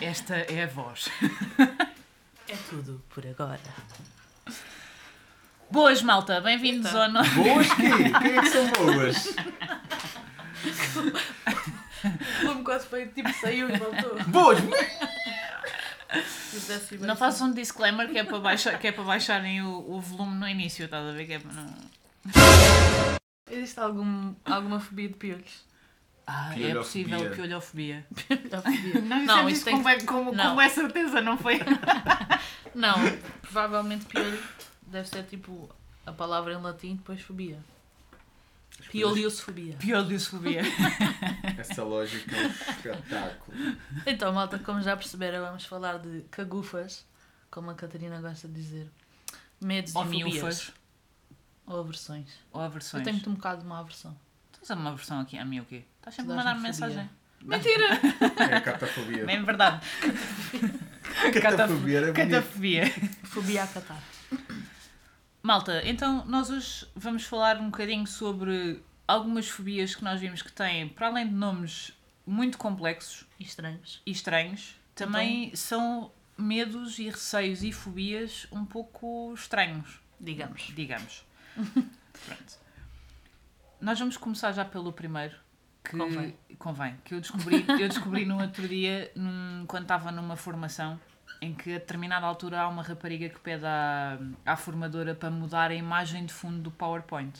Esta é a voz. É tudo por agora. Boas, malta. Bem-vindos Eita. ao nosso... Boas quê? Quem é que são boas? Como quase foi tipo saiu e voltou. Boas! Não façam um disclaimer que é para, baixar, que é para baixarem o, o volume no início, estás a ver? Que é para não... Existe algum, alguma fobia de piolhos? Ah, é Piolhofobia. possível que olhofobia. Já fobia. Não, Não, dissemos isso isso é tem com, bem- com, não. com é certeza, não foi? Não, provavelmente piolho deve ser tipo a palavra em latim depois fobia. Pioliosfobia. Piolhofobia. Essa lógica é um espetáculo. Então, malta, como já perceberam, vamos falar de cagufas, como a Catarina gosta de dizer. Medos Ou e fobias. miúfas. Ou aversões. Ou aversões. Eu tenho-te um bocado de uma aversão. Tens alguma versão aqui a mim o quê? Estás sempre a Dás-me mandar me fobia. mensagem. Mentira! É a catafobia. Bem verdade. Catafobia era bonito. Catafobia. fobia a catar. Malta, então nós hoje vamos falar um bocadinho sobre algumas fobias que nós vimos que têm, para além de nomes muito complexos E estranhos. e estranhos, também são medos e receios e fobias um pouco estranhos, Digamos. digamos. Pronto. Nós vamos começar já pelo primeiro. Que Convém. convém, que eu descobri, eu descobri no outro dia, num- quando estava numa formação, em que a determinada altura há uma rapariga que pede à, à formadora para mudar a imagem de fundo do PowerPoint.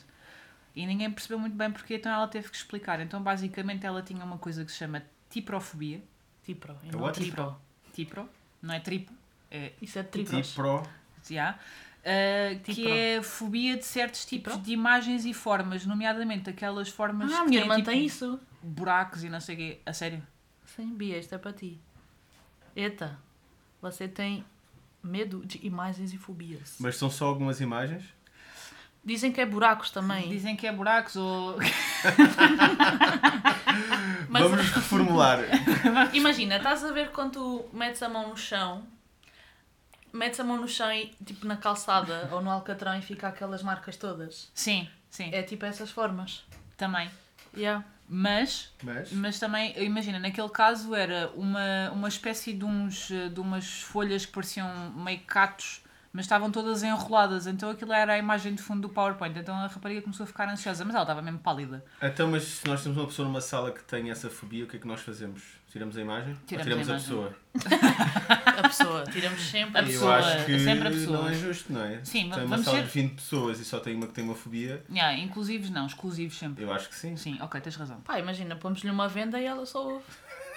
E ninguém percebeu muito bem porque, então ela teve que explicar. Então, basicamente, ela tinha uma coisa que se chama tiprofobia. Tipro. e É não what? tripro. Tipro, não é tripo, é Isso é tripros. Tipro. já, uh, que Tipro. é fobia de certos tipos Tipro? de imagens e formas, nomeadamente aquelas formas ah, a que minha têm, irmã tipo, tem isso. buracos e não sei o quê. A sério? Sim, Bia, isto é para ti. Eita, você tem medo de imagens e fobias. Mas são só algumas imagens? Dizem que é buracos também. Dizem que é buracos ou. Mas Vamos reformular. imagina, estás a ver quando tu metes a mão no chão, metes a mão no chão e tipo na calçada ou no alcatrão e fica aquelas marcas todas. Sim, sim, É tipo essas formas. também. Yeah. Mas, Mas. mas também, imagina, naquele caso era uma, uma espécie de, uns, eh, de umas folhas que pareciam meio catos, mas estavam todas enroladas, então aquilo era a imagem de fundo do PowerPoint. Então a rapariga começou a ficar ansiosa, mas ela estava mesmo pálida. Então, mas se nós temos uma pessoa numa sala que tem essa fobia, o que é que nós fazemos? Tiramos a imagem? Tiramos a Ou tiramos a, imagem. pessoa? A pessoa, tiramos sempre A a Eu pessoa. pessoa. acho que sempre a pessoa. não é justo, não é? Sim, tem uma vamos sala ser- de 20 pessoas e só tem uma que tem uma fobia, Yeah, inclusivos não, exclusivos sempre. eu acho que sim. Sim, ok, tens razão. Pá, imagina, pomos-lhe uma venda e ela só ouve.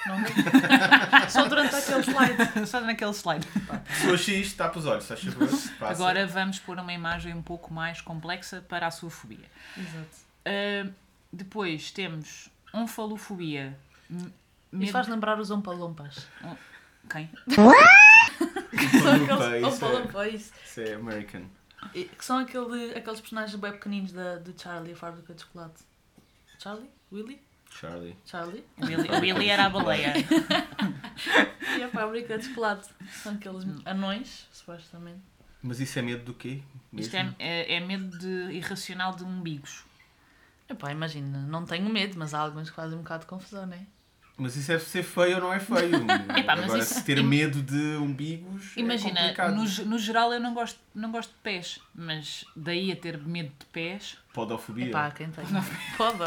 Não- só durante aquele slide. Só naquele slide. Pessoa X, tapa os olhos, faz favor. Passa. Agora vamos pôr uma imagem um pouco mais complexa para a sua fobia. Exato. Uh, depois temos onfalofobia. M- Isso Medo... faz lembrar os Ompalompas. Quem? São Opa, aqueles isso é- Ompalompa, isso. Isso é American. E- Que são aquele, aqueles personagens bem pequeninos da, do Charlie, a fábrica de chocolate. Charlie? Willy? Charlie. Charlie? Willy, Willy era a baleia. E a fábrica de chocolate. São aqueles Hum. anões, supostamente. Mas isso é medo do quê? Isto Mesmo? é, é, é medo de- irracional de umbigos. Epá, imagina, não tenho medo, mas há alguns que fazem um bocado de confusão, não é? Mas isso é ser feio ou não é feio? mas Agora, isso- se ter im- medo de umbigos. é Imagina, complicado. no, ge- no geral eu não gosto, não gosto de pés, mas daí a ter medo de pés. Podofobia. Epá, quem tem? Pode.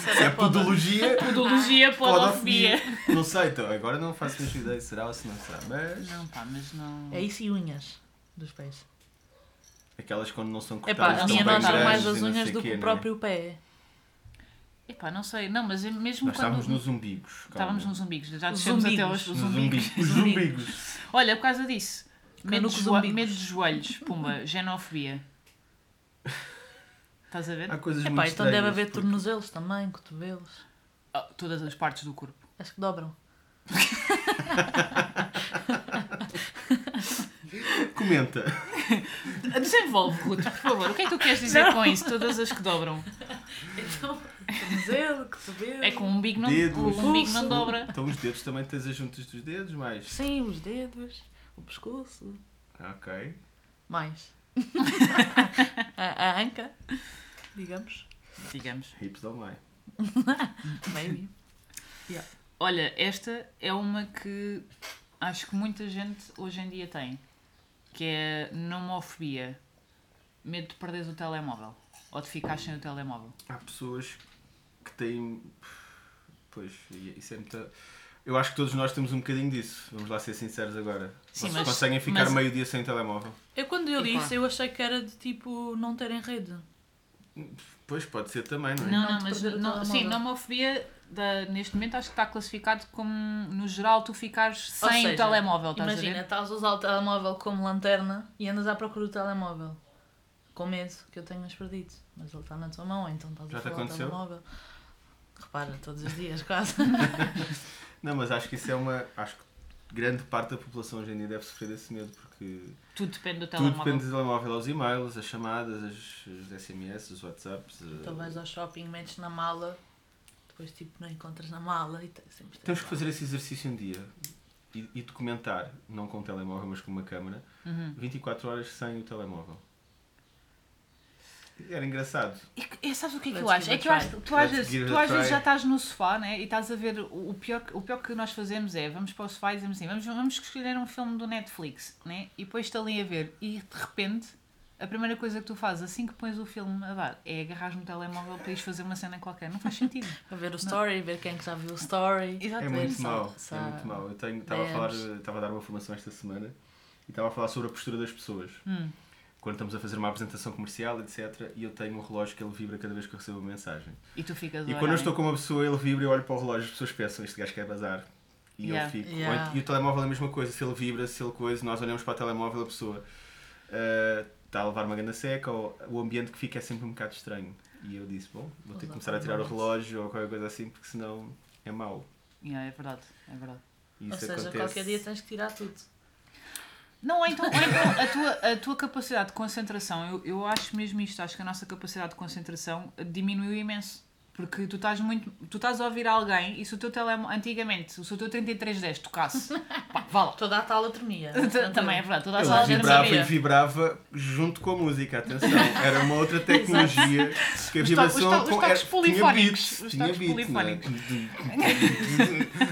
Se é podologia. Podologia, podofobia. podofobia. Não sei, então, agora não faço mesmo ideia se será ou se não será. Mas. Não, pá, mas não. É isso e unhas dos pés. Aquelas quando não são Epá, cortadas. a não minha bem nós são grandes mais e não as sei unhas do quê, que não o é? próprio pé. Epá, não sei. Não, mas é mesmo Nós quando. estávamos nos umbigos. calma. Estávamos nos umbigos, já Os descemos até umbigos. aos os Nos umbigos. umbigos. Os umbigos. Olha, por causa disso. Medo de, Canucos joel- umbigos. medo de joelhos, pumba, genofobia. Estás a ver? Há coisas muito Epá, então estranhas, deve haver porque- tornozelos também, cotovelos. Ah, todas as partes do corpo. Acho que dobram. Comenta. Desenvolve, Ruto, por favor. O que é que tu queres dizer com isso? Todas as que dobram. Então, tornozelo, cotovelo. É que o umbigo não, Dedos. o umbigo não Pulso. dobra. Então os dedos também tens as juntas dos dedos, mais. Sim, os dedos, o pescoço, Ok. mais. a, a anca, digamos. Digamos. Hips don't lie. Maybe. Olha, esta é uma que acho que muita gente hoje em dia tem, que é nomofobia. Medo de perderes o telemóvel. Ou de ficar sem o telemóvel. Há pessoas que têm. Pois, e isso é muita. Eu acho que todos nós temos um bocadinho disso. Vamos lá ser sinceros agora. Sim, Vocês mas- conseguem ficar mas- meio dia sem telemóvel? Eu quando eu E disse, pá. eu achei que era de tipo não terem rede. Pois, pode ser também, não Não, é? Não não, te mas perder o não, telemóvel. sim, nomofobia da- neste momento acho que está classificado como no geral tu ficares sem Ou seja, o telemóvel, estás Imagina, a ver? estás a usar o telemóvel como lanterna e andas à procura do telemóvel. Com medo que eu tenhas perdido. Mas ele está na tua mão, então estás Já a te falar aconteceu? do telemóvel. Repara, todos os dias quase. Não, mas acho que isso é uma. Acho que grande parte da população hoje em dia deve sofrer desse medo, porque Tudo depende do tudo telemóvel. depende do telemóvel, os e-mails, as chamadas, as, as SMS, os WhatsApps. eh, tu vais ao shopping, metes na mala, depois tipo não encontras na mala e tens- sempre tens Temos que lá. fazer esse exercício um dia e, e documentar, não com um telemóvel, mas com uma câmara, 24 horas sem o telemóvel. Era engraçado. E, que- e sabes o que é que Let's eu acho? give É it que a eu acho, try. tu, às Let's give vezes, it tu a às vezes try. já estás no sofá né? e estás a ver o, o pior, que- o pior que nós fazemos é vamos para o sofá e dizemos assim, vamos, vamos escolher um filme do Netflix né? e depois está ali a ver e de repente a primeira coisa que tu fazes assim que pões o filme a dar é agarrar no telemóvel para ires fazer uma cena qualquer. Não faz sentido. A ver o story, ver quem é que já viu o story. Exato. É ver muito se- mau. se É há muito mau. Eu tenho- estava a falar, DMs. estava a dar uma formação esta semana e estava a falar sobre a postura das pessoas. Hum. Quando estamos a fazer uma apresentação comercial, etc., e eu tenho um relógio que ele vibra cada vez que eu recebo uma mensagem. E tu ficas a E olhar, quando eu né? estou com uma pessoa, ele vibra, eu olho para o relógio, as pessoas pensam, este gajo quer bazar. E Yeah. eu fico. Ou Yeah. ent- E o telemóvel é a mesma coisa, se ele vibra, se ele coisa, nós olhamos para o telemóvel, a pessoa ah, está a levar uma ganda seca, ou o ambiente que fica é sempre um bocado estranho. E eu disse, bom, vou ter que começar a tirar o relógio ou qualquer coisa assim, porque senão é mau. Yeah, é verdade, é verdade. E Ou isso seja, acontece. qualquer dia tens que tirar tudo. Não, ou então, ou então a, tua, a tua capacidade de concentração, eu, eu acho mesmo isto, acho que a nossa capacidade de concentração diminuiu imenso. Porque tu estás muito. Tu estás a ouvir alguém e se o teu telemóvel. Antigamente, se o teu 3310 tocasse, pá, vá lá. Toda a né? talatronía. Também é verdade, toda a Ele sala gente vibrava sabia. e vibrava junto com a música, atenção. Era uma outra tecnologia que a Os to- vibração os to- os com- toques era- polifónicos, os Tinha é? toques beat, tinha beat, né?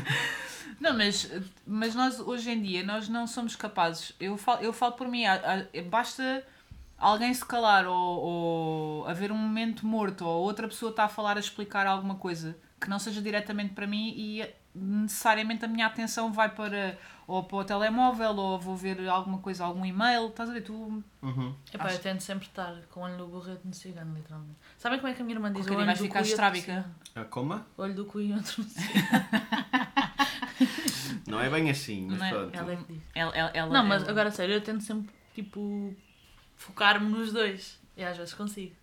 Não, mas, mas nós hoje em dia nós não somos capazes. Eu falo, eu falo por mim, a- a- basta alguém se calar ou, ou haver um momento morto ou outra pessoa está a falar a explicar alguma coisa que não seja diretamente para mim e necessariamente a minha atenção vai para ou para o telemóvel ou vou ver alguma coisa, algum e-mail, estás a ver? Tu Uhum. Epá, Acho- eu tento sempre estar com o olho no borrete no cigano, literalmente. Sabem como é que a minha irmã diz Qualquer dia olho vais do ficar cu e outro no estrábica. cigano? Ah, Coma? Olho do cu e outro no cigano. Não é bem assim, mas Não é- pronto. Ela é que diz. ela, ela, ela- é um Não, mas ela- agora a sério, eu tento sempre, tipo, focar-me nos dois. E às vezes consigo.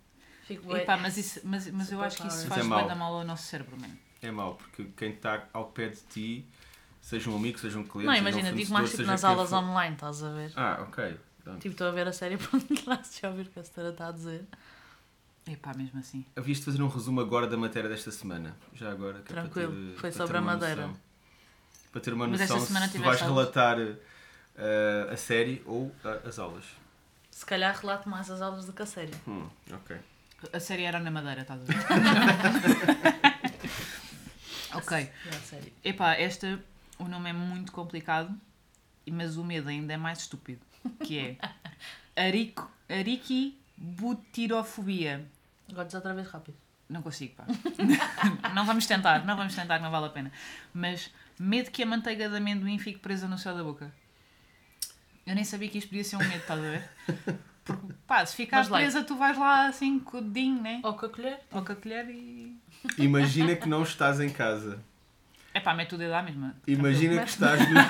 Fico bem. Epá, mas, isso, mas, mas eu acho que isso Superpower. faz Mas bué é mau. da mal ao nosso cérebro mesmo. É mau, porque quem está ao pé de ti, seja um amigo, seja um cliente. Não, seja um imagina, digo fornecedor, mais tipo seja nas quem aulas for. online, estás a ver? Ah, ok. Pronto. Tipo, estou a ver a série para onde lá se já ouvir o que a senhora está a dizer. Epá, mesmo assim. Havias de fazer um resumo agora da matéria desta semana. Já agora. Que é para Tranquilo. ter, Foi para sobre ter a uma Madeira. noção. Para ter uma Mas esta noção semana se tu tiveste vais aulas? relatar ah, a série ou a- as aulas. Se calhar relato mais as aulas do que a série. Hum, ok. A série era na Madeira, estás a ver? ok. É a série. Epá, esta, o nome é muito complicado, mas o medo ainda é mais estúpido, que é arico, ariquibutirofobia. Agora diz outra vez rápido. Não consigo, pá. não vamos tentar, não vamos tentar, não vale a pena. Mas medo que a manteiga de amendoim fique presa no céu da boca. Eu nem sabia que isto podia ser um medo, estás a ver? Porque, pá, se ficares Mas, like- presa, tu vais lá assim com o dedinho, né? Ou com a colher. Ou com a colher e. Imagina que não estás em casa. É pá, mete o dedo à mesma. Imagina que estás no.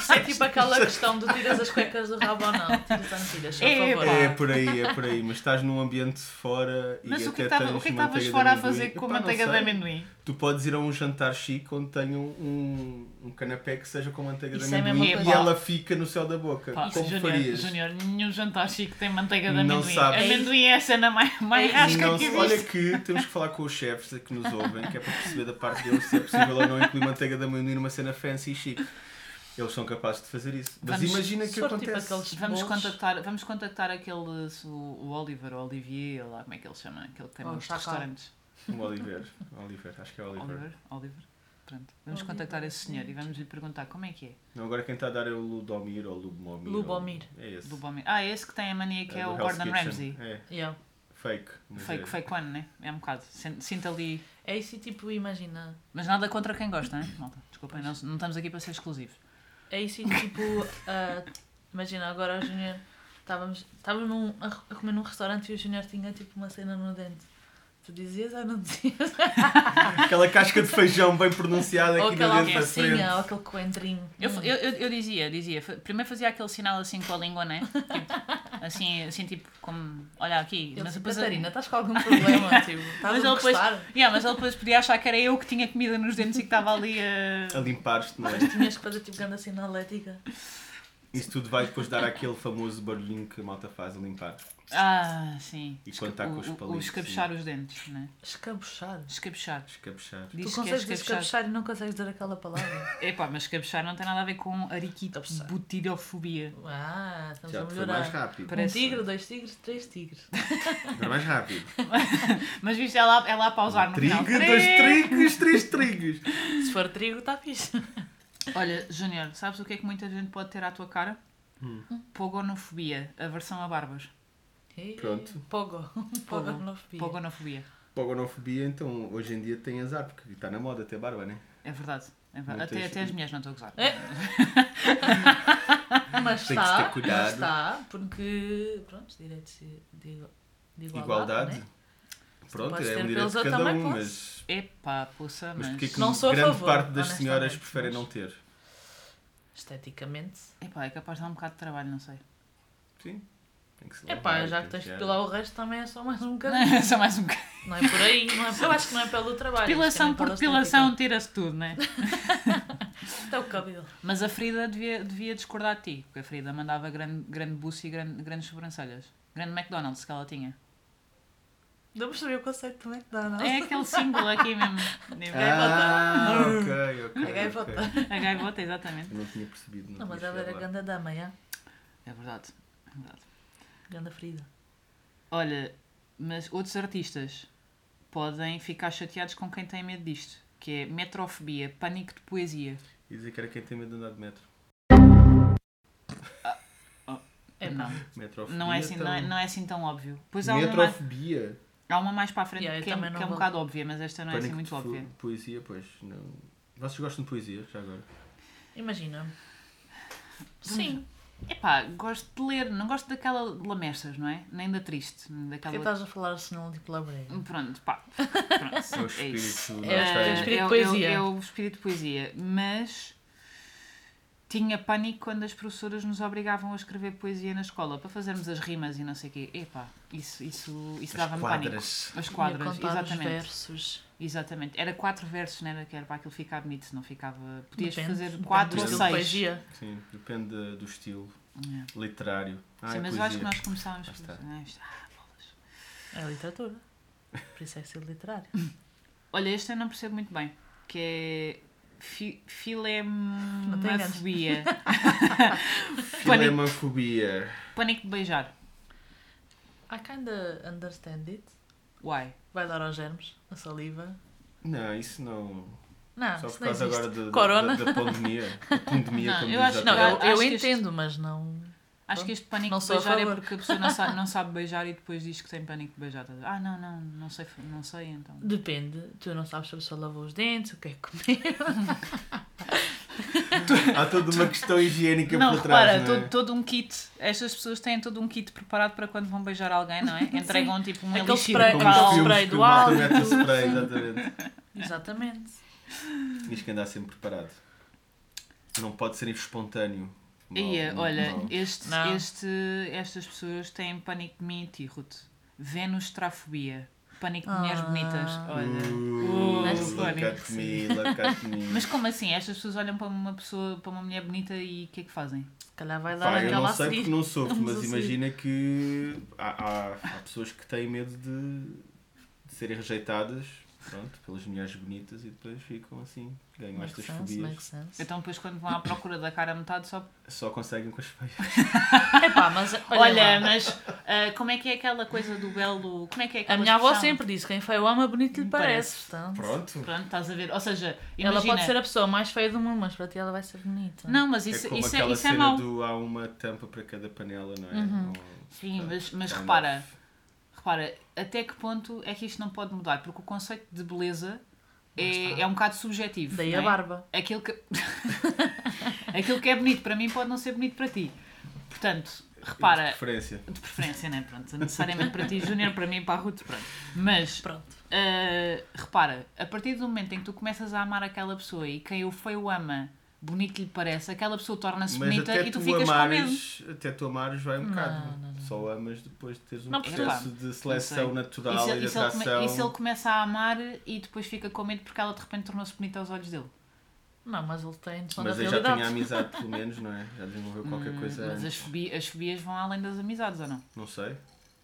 Isto é tipo aquela questão de tiras as cuecas do rabo ou não. Tiras ou não tiras, por É, favor. É por aí, é por aí, mas estás num ambiente fora e Mas o que é que até tava- o tens que é que estavas manteiga de fora a amendoim. fazer com a Epá, não manteiga de sei. amendoim? Tu podes ir a um jantar chique onde tenham um, um canapé que seja com manteiga Isso de é a amendoim mesma e coisa. ela fica no céu da boca. Pá, Como Júnior, farias? Júnior, nenhum jantar chique tem manteiga de Não amendoim. sabes. Amendoim é a cena mais, mais Ei, rasca Não que se- existe. olha que temos que falar com os chefes que nos ouvem, que é para perceber da parte deles se é possível ou não incluir manteiga de amendoim numa cena fancy e chique. Eles são capazes de fazer isso. Mas Vamos- imagina se que for tipo acontece. aqueles- Vamos Bolos. contactar, vamos contactar aquele, se o, o Oliver, o Olivier, lá Oh, como é que ele se chama, aquele que tem Ou muitos Chacal. restaurantes. Um Oliver. Oliver, um acho que é Oliver. Oliver, Oliver. Pronto, vamos Oliver contactar esse senhor e Smith. vamos lhe perguntar como é que é. Não, agora quem está a dar é o Ludomir ou Lubomir. ou- Lubomir. É esse. Do Bomir. Ah, esse que tem a mania que é, do o Hell's Gordon Kitchen. Ramsay. É, Yeah. fake. mas Fake, é. fake one, né? É um bocado. Sin- Sinto ali. É isso e tipo, imagina. Mas nada contra quem gosta, né? Malta, desculpem, não, não estamos aqui para ser exclusivos. É isso e tipo, ah, imagina, agora o Junior. Estávamos, estávamos num- a, a comer num restaurante e o Junior tinha tipo uma cena no dente. Tu dizias ou não dizias? Aquela casca de feijão bem pronunciada ou aqui no aquela dentro da frente. alfacinha, ou aquele coentrinho. Hum. Eu, eu, eu, eu dizia, dizia. fa- Primeiro fazia aquele sinal assim com a língua, né? Tipo, assim, assim, tipo, como. Olha aqui. Ele mas disse, depois eu- Catarina, estás com algum problema? tipo, estás Mas a ele depois, gostar? yeah, mas ele depois podia achar que era eu que tinha comida nos dentes e que estava ali a. A limpar-te, não é? Tinhas que fazer tipo grande sinalética. Isso tudo vai depois dar aquele famoso barulhinho que a malta faz a limpar. Ah, sim. E quando tá com os O- o- O palitos, escabuchar os dentes, né? Escabuchar. Escabuchar. Escapuchar. Tu Diz que é consegues dizer escabuchar. escabuchar e não consegues dizer aquela palavra. Epá, mas escabuchar não tem nada a ver com Escabuchar. butidofobia. Ah, estamos Já a te foi mais melhorar. rápido. Um Parece- tigre, dois tigres, três tigres. Foi mais rápido. Mas viste, é lá, é lá a pausar no Trigo, final. dois trigos, três trigos. Se for trigo, está fixe. Olha, Júnior, sabes o que é que muita gente pode ter à tua cara? Hum. Pogonofobia, aversão a barbas. Pronto. Pogo. Pogo no Pogonofobia. Pogonofobia, então, hoje em dia tem azar, porque está na moda ter barba, né? É verdade. É verdade. Muitas- Até, até as mulheres não estão a gozar. Mas Tem que se ter está, cuidado. mas está, porque, pronto, direitos de, de, de igualdade. Igualdade. né? Pronto, podes é ter um direito pelos, de eu cada também um, posso. mas, Epá, poça, mas mas. porque é que Não sou a grande favor, parte das senhoras honestamente, preferem mas- não ter? Esteticamente. Epá, é capaz de dar um bocado de trabalho, não sei. Sim. Tem que se É lavar, pá, já tem que tens de tirar. pilar o resto, também é só mais um bocadinho. Não, Só mais um bocado. Não é por aí, não é, eu acho que não é pelo trabalho. Depilação por depilação tira-se tudo, né? Até o cabelo. Mas a Frida devia, devia discordar de ti, porque a Frida mandava grande, grande buço e grande, grandes sobrancelhas. Grande McDonald's que ela tinha. Não percebi o conceito do McDonald's. É aquele símbolo aqui mesmo. Ah, ok, A ok. gaivota. ok. A gaivota, exatamente. Eu não tinha percebido. Não, mas tinha ela era chegado lá. ganda dama, é? É verdade. é verdade. Ganda ferida. Olha, mas outros artistas podem ficar chateados com quem tem medo disto, que é metrofobia, pânico de poesia. E dizer que era quem tem medo de andar de metro. É pá. Não. Metrofobia. Não é, assim, não, é, então. não é assim tão óbvio. Pois há uma, mais- Metrofobia. há uma mais para a frente Yeah, eu que, é, também não que é um vou- bocado óbvia, mas esta não é assim Pânico muito de fo- óbvia. Poesia, pois. Não. Vocês gostam de poesia, já agora? Ah, Imagina. Sim. Epá, gosto de ler, não gosto daquela lamechas, não é? Nem da triste, nem O que daquela. estás a falar assim não tipo labrega? Pronto, pá. Pronto, É o é isso. espírito. É, nosso, é o Eh, espírito de eu- poesia. eu- É o espírito de poesia, mas tinha pânico quando as professoras nos obrigavam a escrever poesia na escola para fazermos as rimas e não sei o quê. Epá, isso, isso, isso dava-me pânico. As quadras, Os exatamente, versos. exatamente. Era quatro versos, não era? Que era para aquilo ficar bonito, se não ficava. Podias Depende- fazer depende quatro do ou estilo de seis. poesia. Sim, depende de- do estilo É. literário. Ah, Sim, mas eu acho que é nós começámos. Lá está. Ah, isto- ah, bolas. É literatura. Por isso é ser literário. Olha, este eu não percebo muito bem. Que é. Fi, tem filemafobia. pânico, Filemafobia. pânico de beijar. I kinda understand it. Why? Vai dar aos germes, a saliva. Não, isso não. Ah, Não, Só isso por não causa existe. agora do- do- Corona. da, da pandemia. Da pandemia, Não, como eu diz acho- a Não, Clara. eu, Eu Ah, acho eu que este- entendo, mas não. Acho que este pânico Não de sou a beijar é favor. porque a pessoa não sabe, não sabe beijar e depois diz que tem pânico de beijar. Tá a dizer, Ah, não, não, não sei, não sei então. Depende, tu não sabes se a pessoa lavou os dentes, o que é que comeu. Há toda uma questão higiênica não, por trás. repara, não é? todo, todo um kit. Estas pessoas têm todo um kit preparado para quando vão beijar alguém, não é? Entregam tipo um Aquele elixir spray- Como bucal. os aquele filmes spray que do o malta álcool. mete o spray, exatamente. Exatamente. Tinhas que andar sempre preparado. Não pode ser espontâneo. Mal- Ia, mal- olha, mal. este, Não. este, estas pessoas têm pânico de mim e ti, Ruth. Vênus trafobia. Pânico de mulheres Ah. bonitas. Olha. Uh, Mas- look at me, look at me. Mas como assim? Estas pessoas olham para uma pessoa, para uma mulher bonita e o que é que fazem? Se calhar vai dar Pá, eu aquela não a sei seguir. porque não sofro, Vamos mas assim. imagina que há, há- há pessoas que têm medo de, de serem rejeitadas pronto, pelas mulheres bonitas e depois ficam assim, ganham Make estas sense, make fobias. sense. Então depois quando vão à procura da cara a metade só. Só conseguem com as feias. Epá, mas olha, Olha, lá. mas ah, como é que é aquela coisa do belo. Como é que é aquela a minha avó expressão? sempre disse: quem feio ama, bonito lhe Parece. parece. portanto. Pronto. Pronto, estás a ver. Ou seja, imagina. Ela pode ser a pessoa mais feia do mundo, mas para ti ela vai ser bonita. Não, mas É isso é, como isso é, aquela isso é cena mau. do há uma tampa para cada panela, não é? Não- Sim, Portanto, mas, mas kind repara, of. repara, até que ponto é que isto não pode mudar? Porque o conceito de beleza é, está. é um bocado subjetivo. Daí não a é? barba. Aquilo que... Aquilo que é bonito para mim pode não ser bonito para ti. Portanto, De repara, preferência. de preferência, né? Pronto, necessariamente para ti, Júnior, para mim, para a Ruth, pronto. Mas, Pronto. ah, repara, a partir do momento em que tu começas a amar aquela pessoa e quem o feio ama, bonito lhe parece, aquela pessoa torna-se Mas bonita até e tu, tu, ficas com medo. amares, até tu amares vai um bocado. não, Só amas depois de teres um Não, porque- processo de seleção sei. natural e se, e de e se ele come- atração. e se ele começa a amar e depois fica com medo porque ela de repente tornou-se bonita aos olhos dele? Não, mas ele tem noção da Mas aí já tinha realidade. amizade, pelo menos, não é? Já desenvolveu qualquer coisa. Hum, Mas as, antes. fobi- as fobias vão além das amizades ou não? Não sei.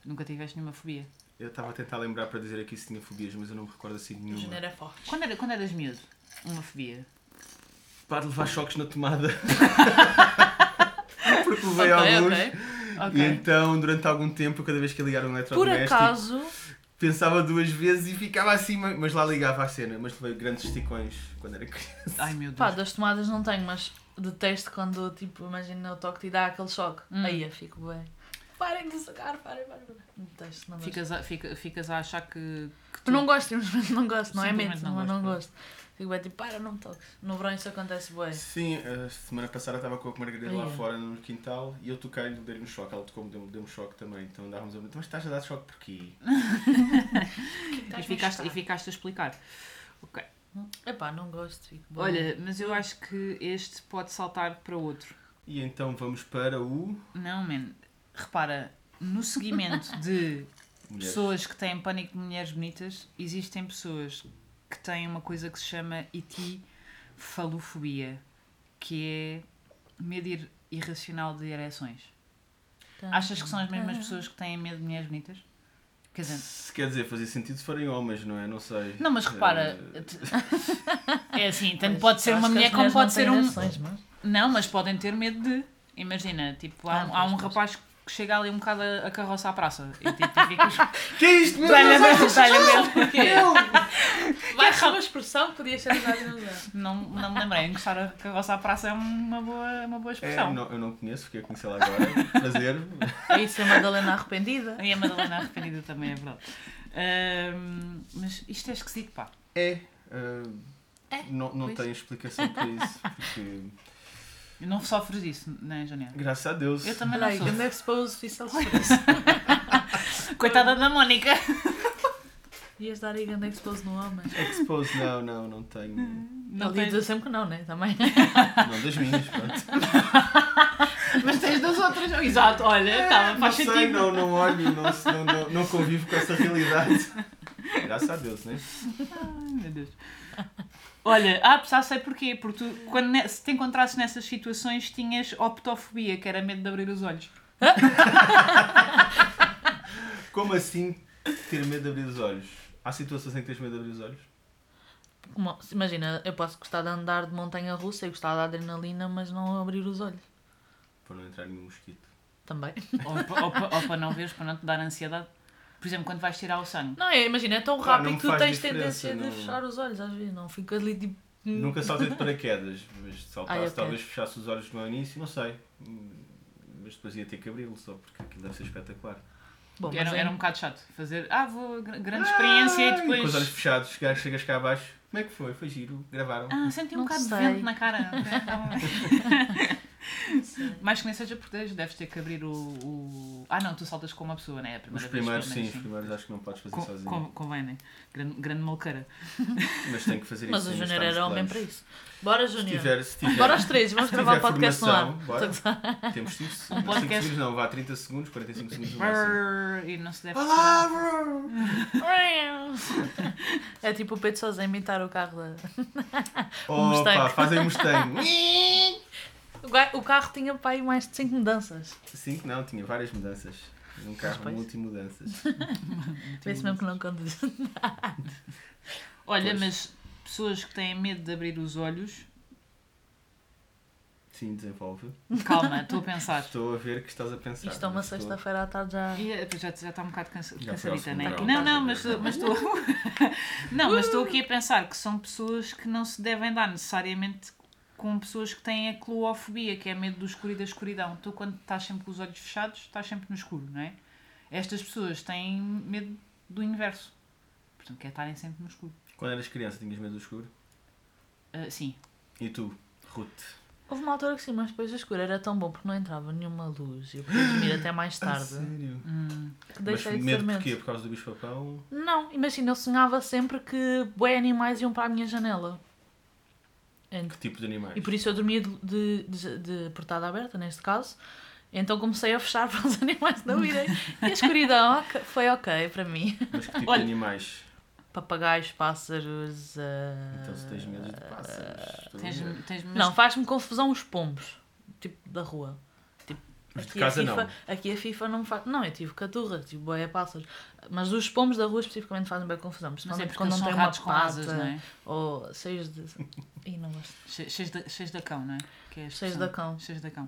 Nunca tiveste nenhuma fobia. Eu estava a tentar lembrar para dizer aqui se tinha fobias, mas eu não me recordo assim de O nenhuma. janeiro é forte. Quando, era, quando eras miúdo, uma fobia. Para de levar choques na tomada. Porque Ok, levei alguns. ok. Ok. E então, durante algum tempo, cada vez que ia ligar um Por eletrodoméstico, acaso, pensava duas vezes e ficava assim, mas mas lá ligava a cena. Mas levei grandes esticões quando era criança. Ai meu Deus. pá, das tomadas não tenho, mas detesto quando, tipo, imagina o toque te dá aquele choque. Hum. Aí eu fico bem. Parem de sacar, parem, parem. parem. Detesto, não gosto. Ficas a, fica- ficas a achar que. que tu- Eu não gosto, simplesmente não gosto, não é Simplesmente mente, não não, não gosto, gosto. Fico bem tipo, para, não me toques. No verão isso acontece bué. Sim, a semana passada estava com a Margarida lá Ah, é. fora no quintal e eu toquei-lhe, dei-lhe um choque. Ela tocou-me, deu-me deu-me choque também. Então andávamos a mas estás a dar choque porquê? E ficaste, e ficaste a explicar. Ok. Epá, não gosto, fico bué. Olha, mas eu acho que este pode saltar para outro. E então vamos para o. Não, man. Repara, no seguimento de Mulheres. pessoas que têm pânico de mulheres bonitas, existem pessoas que têm uma coisa que se chama itifalofobia, que é medo ir- irracional de ereções. Tan- Achas que são as mesmas pessoas que têm medo de mulheres bonitas? Quer dizer, Se quer dizer, fazia sentido se forem homens, não é? Não sei. não, mas repara, Eh, te- é assim, tanto Pois, pode ser acho uma que mulher as como mulheres pode não ser têm um. reações, mas- Não, mas podem ter medo de. Imagina, tipo, há, Ah, um- pois, há um pois. rapaz que chega ali um bocado a, a carroça à praça e tipo, ficas. Que é isto, meu Dá-lhe a Deus? mesma, dá-lhe a mesma. Vai ser uma expressão que podia ser usada no lugar. Não, não me lembrei, encostar a carroça à praça é uma boa, uma boa É, expressão. não- eu não conheço, fiquei a conhecê-la agora. Prazer. Isso é Madalena arrependida. E a Madalena arrependida também, é verdade. Ahm, mas isto é esquisito, pá. É. eh, É, Não, não pois. tenho explicação para isso. Porque, Eu não sofres disso, né, Janiel? graças a Deus. Eu também não Peraí, sofro. grande expose, é fiz self-service. Coitada da Mónica. Ias dar aí grande expose no homem. Expose, não, não, não tenho. Não Não tens, diz sempre que não, né? Também. Não, das minhas, pronto. mas tens das outras. Oh, exato, É, olha, tá, Não faz sei, sentido. não, não olho, não, não, não, não convivo com essa realidade. Graças a Deus, né? Ai, meu Deus. Olha, ah, já sei porquê. Porque tu, quando ne- se te encontrasses nessas situações, tinhas optofobia, que era medo de abrir os olhos. Como assim ter medo de abrir os olhos? Há situações em que tens medo de abrir os olhos? Como- Imagina, eu posso gostar de andar de montanha russa e gostar da adrenalina, mas não abrir os olhos. Para não entrar nenhum mosquito. Também. Ou, pa- ou pa- ou para não veres, para não te dar ansiedade. Por exemplo, quando vais tirar o sangue. Não, é, imagina, é tão Pá, rápido não que tu faz tens diferença, tendência não- de fechar os olhos, às vezes. Não fico ali tipo. Nunca saltei de paraquedas, mas saltasse Ai, ok. talvez fechasse os olhos no início, não sei. Hum, Mas depois ia ter que abri-lo só, porque aquilo deve ser espetacular. Bom, mas Era, é- era um bocado chato fazer, ah, vou, gr- grande experiência e Ai, Com os olhos depois. fechados, chega- chegas cá abaixo. Como é que foi? Foi giro, gravaram. Ah, senti um Não bocado sei. de vento na cara. Então, Mais que nem seja porque deves- deves ter que abrir o, o- Ah, não, tu saltas com uma pessoa, não é? A Os primeira vez, primeiros, pelo sim, menos, os primeiros acho que não podes fazer Com- sozinho. com- convém, né? Grande, grande malqueira. Mas tenho que fazer Mas isso. o ainda Júnior está nos era homem para planos. isso. Bora, Se Júnior. tiver, se tiver, Bora os três, vamos se gravar tiver o podcast no formação, ar. bora. Temos 5 Um podcast. segundos, não, vá 30 segundos, 45 segundos no máximo. Brrr, E não se deve Olá, tirar. bro! É tipo o Pedro sozinho imitar o carro da. Opa, Um Mustang. fazem Mustang. O ga- O carro tinha para aí mais de 5 mudanças. Cinco não, tinha várias mudanças. Num carro pois. multimudanças. Vê-se mesmo que não conduz. Olha, Pois. mas pessoas que têm medo de abrir os olhos, Sim, desenvolve. calma, estou a pensar. Estou a ver que estás a pensar. Isto é uma mas estou- sexta-feira à tarde já. E, eh, Já já está um bocado cansa- Já foi ao cansadita, segundo né? não grau, estás a Não, ver, mas não é? mas estou. Não, mas estou aqui a pensar que são pessoas que não se devem dar necessariamente com pessoas que têm a cloofobia, que é medo do escuro e da escuridão. Tu, quando estás sempre com os olhos fechados, estás sempre no escuro, não é? Estas pessoas têm medo do inverso. Portanto, quer estarem sempre no escuro. Quando eras criança tinhas medo do escuro? Ah, sim. E tu, Ruth? Houve uma altura que sim, mas depois a escura era tão bom porque não entrava nenhuma luz. Eu pude dormir até mais A tarde. sério? Hum, Que deixei Ah, Mas de ser medo medo. porquê? Por causa do bicho-papão? Não, imagina, eu sonhava sempre que boi animais iam para a minha janela. Ent- Que tipo de animais? E por isso eu dormia de, de, de- de portada aberta, neste caso. Então comecei a fechar para os animais não irem. E a escuridão ok, foi ok para mim. Mas que tipo Olha. de animais? Papagaios, pássaros. ah, Então se tens medo de pássaros. estou a tens, ver. tens Não, faz-me confusão os pombos, tipo da rua. Tipo, Mas de aqui casa a FIFA, não. Aqui a FIFA não me faz. Não, eu tive caturra, tive boia pássaros. Mas os pombos da rua especificamente fazem bem confusão. Mas é Principalmente porque quando eles não são tem uma ratos com pata. asas, não é? Ou cheios de. Ih, não gosto. Che- Cheios da, cheios da cão, não é? Que é a Cheios expressão. da cão. Cheios da cão.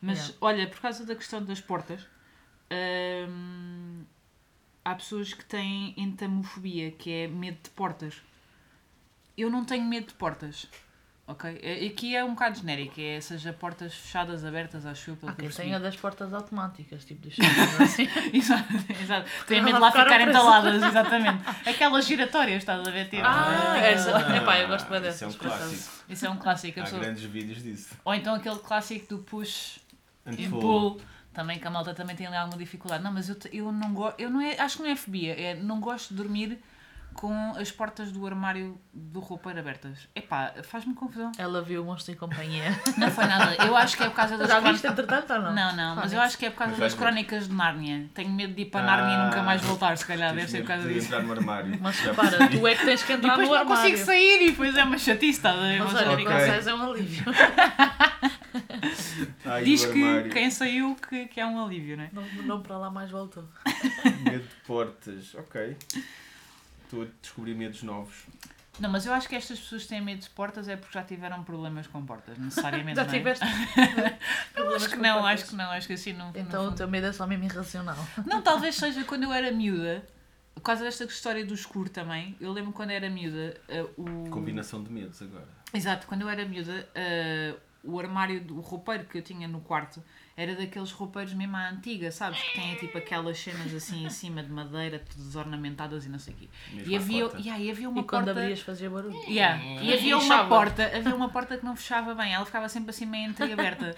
Mas Yeah. olha, por causa da questão das portas, hum, há pessoas que têm entamofobia, que é medo de portas. Eu não tenho medo de portas. Ok? É- Aqui é um bocado genérico, é seja portas fechadas, abertas, acho eu, pelo Ah, que quem eu tem percebi. a das portas automáticas, tipo dos cheiros assim. Exato, exato. Tenho não medo de vai lá ficar ficarem presa. taladas, exatamente. Aquelas giratórias, estás a ver? Tipo, Ah, essa- epá, eu gosto bem isso dessas, é um por acaso. clássico. Isso é um clássico. a Há pessoa- grandes vídeos disso. Ou então aquele clássico do push E Antifogo. pulo. Também que a malta também tem ali alguma dificuldade. Não, mas eu, te- eu não gosto. Eu não é, acho que não é fobia. É não gosto de dormir com as portas do armário do roupeiro abertas. Epá, faz-me confusão. Ela viu o monstro em companhia. Não foi nada. Eu acho que é por causa das Já viste crónicas. entretanto ou não? Não, não, mas eu acho que é por causa Mas das vais ver. crónicas de Nárnia. Tenho medo de ir para Ah. Nárnia e nunca mais voltar, se calhar, deve ser Tive por medo causa de disso. entrar no armário. Mas Já repara, percebi. tu é que tens que E entrar depois no não armário. consigo sair e depois é uma chatice, estás a ver? Mas Vocês olha, ficam- quando Ok. sais é um alívio. Ai, Diz o que armário. quem saiu que, que é um alívio, não é? Não, não para lá mais voltou. Medo de portas. Ok. Estou a descobrir medos novos. Não, mas eu acho que estas pessoas que têm medo de portas é porque já tiveram problemas com portas, necessariamente. Já não é? tiveste. Eu acho que não, acho que não, acho que assim não. Então não, o teu medo é só mesmo irracional. não, talvez seja quando eu era miúda, por causa desta história do escuro também. Eu lembro quando era miúda, eh, o. Combinação de medos agora. Exato, quando eu era miúda, eh, o armário, do- o roupeiro que eu tinha no quarto era daqueles roupeiros mesmo à antiga, sabes? Que têm tipo aquelas cenas assim em cima de madeira, todas ornamentadas e não sei o quê. Mesmo E à havia, porta. yeah, e havia uma E quando porta. abrias fazia barulho. Yeah. Hum. E havia uma Fechava. porta, havia uma porta que não fechava bem, ela ficava sempre assim meio entreaberta.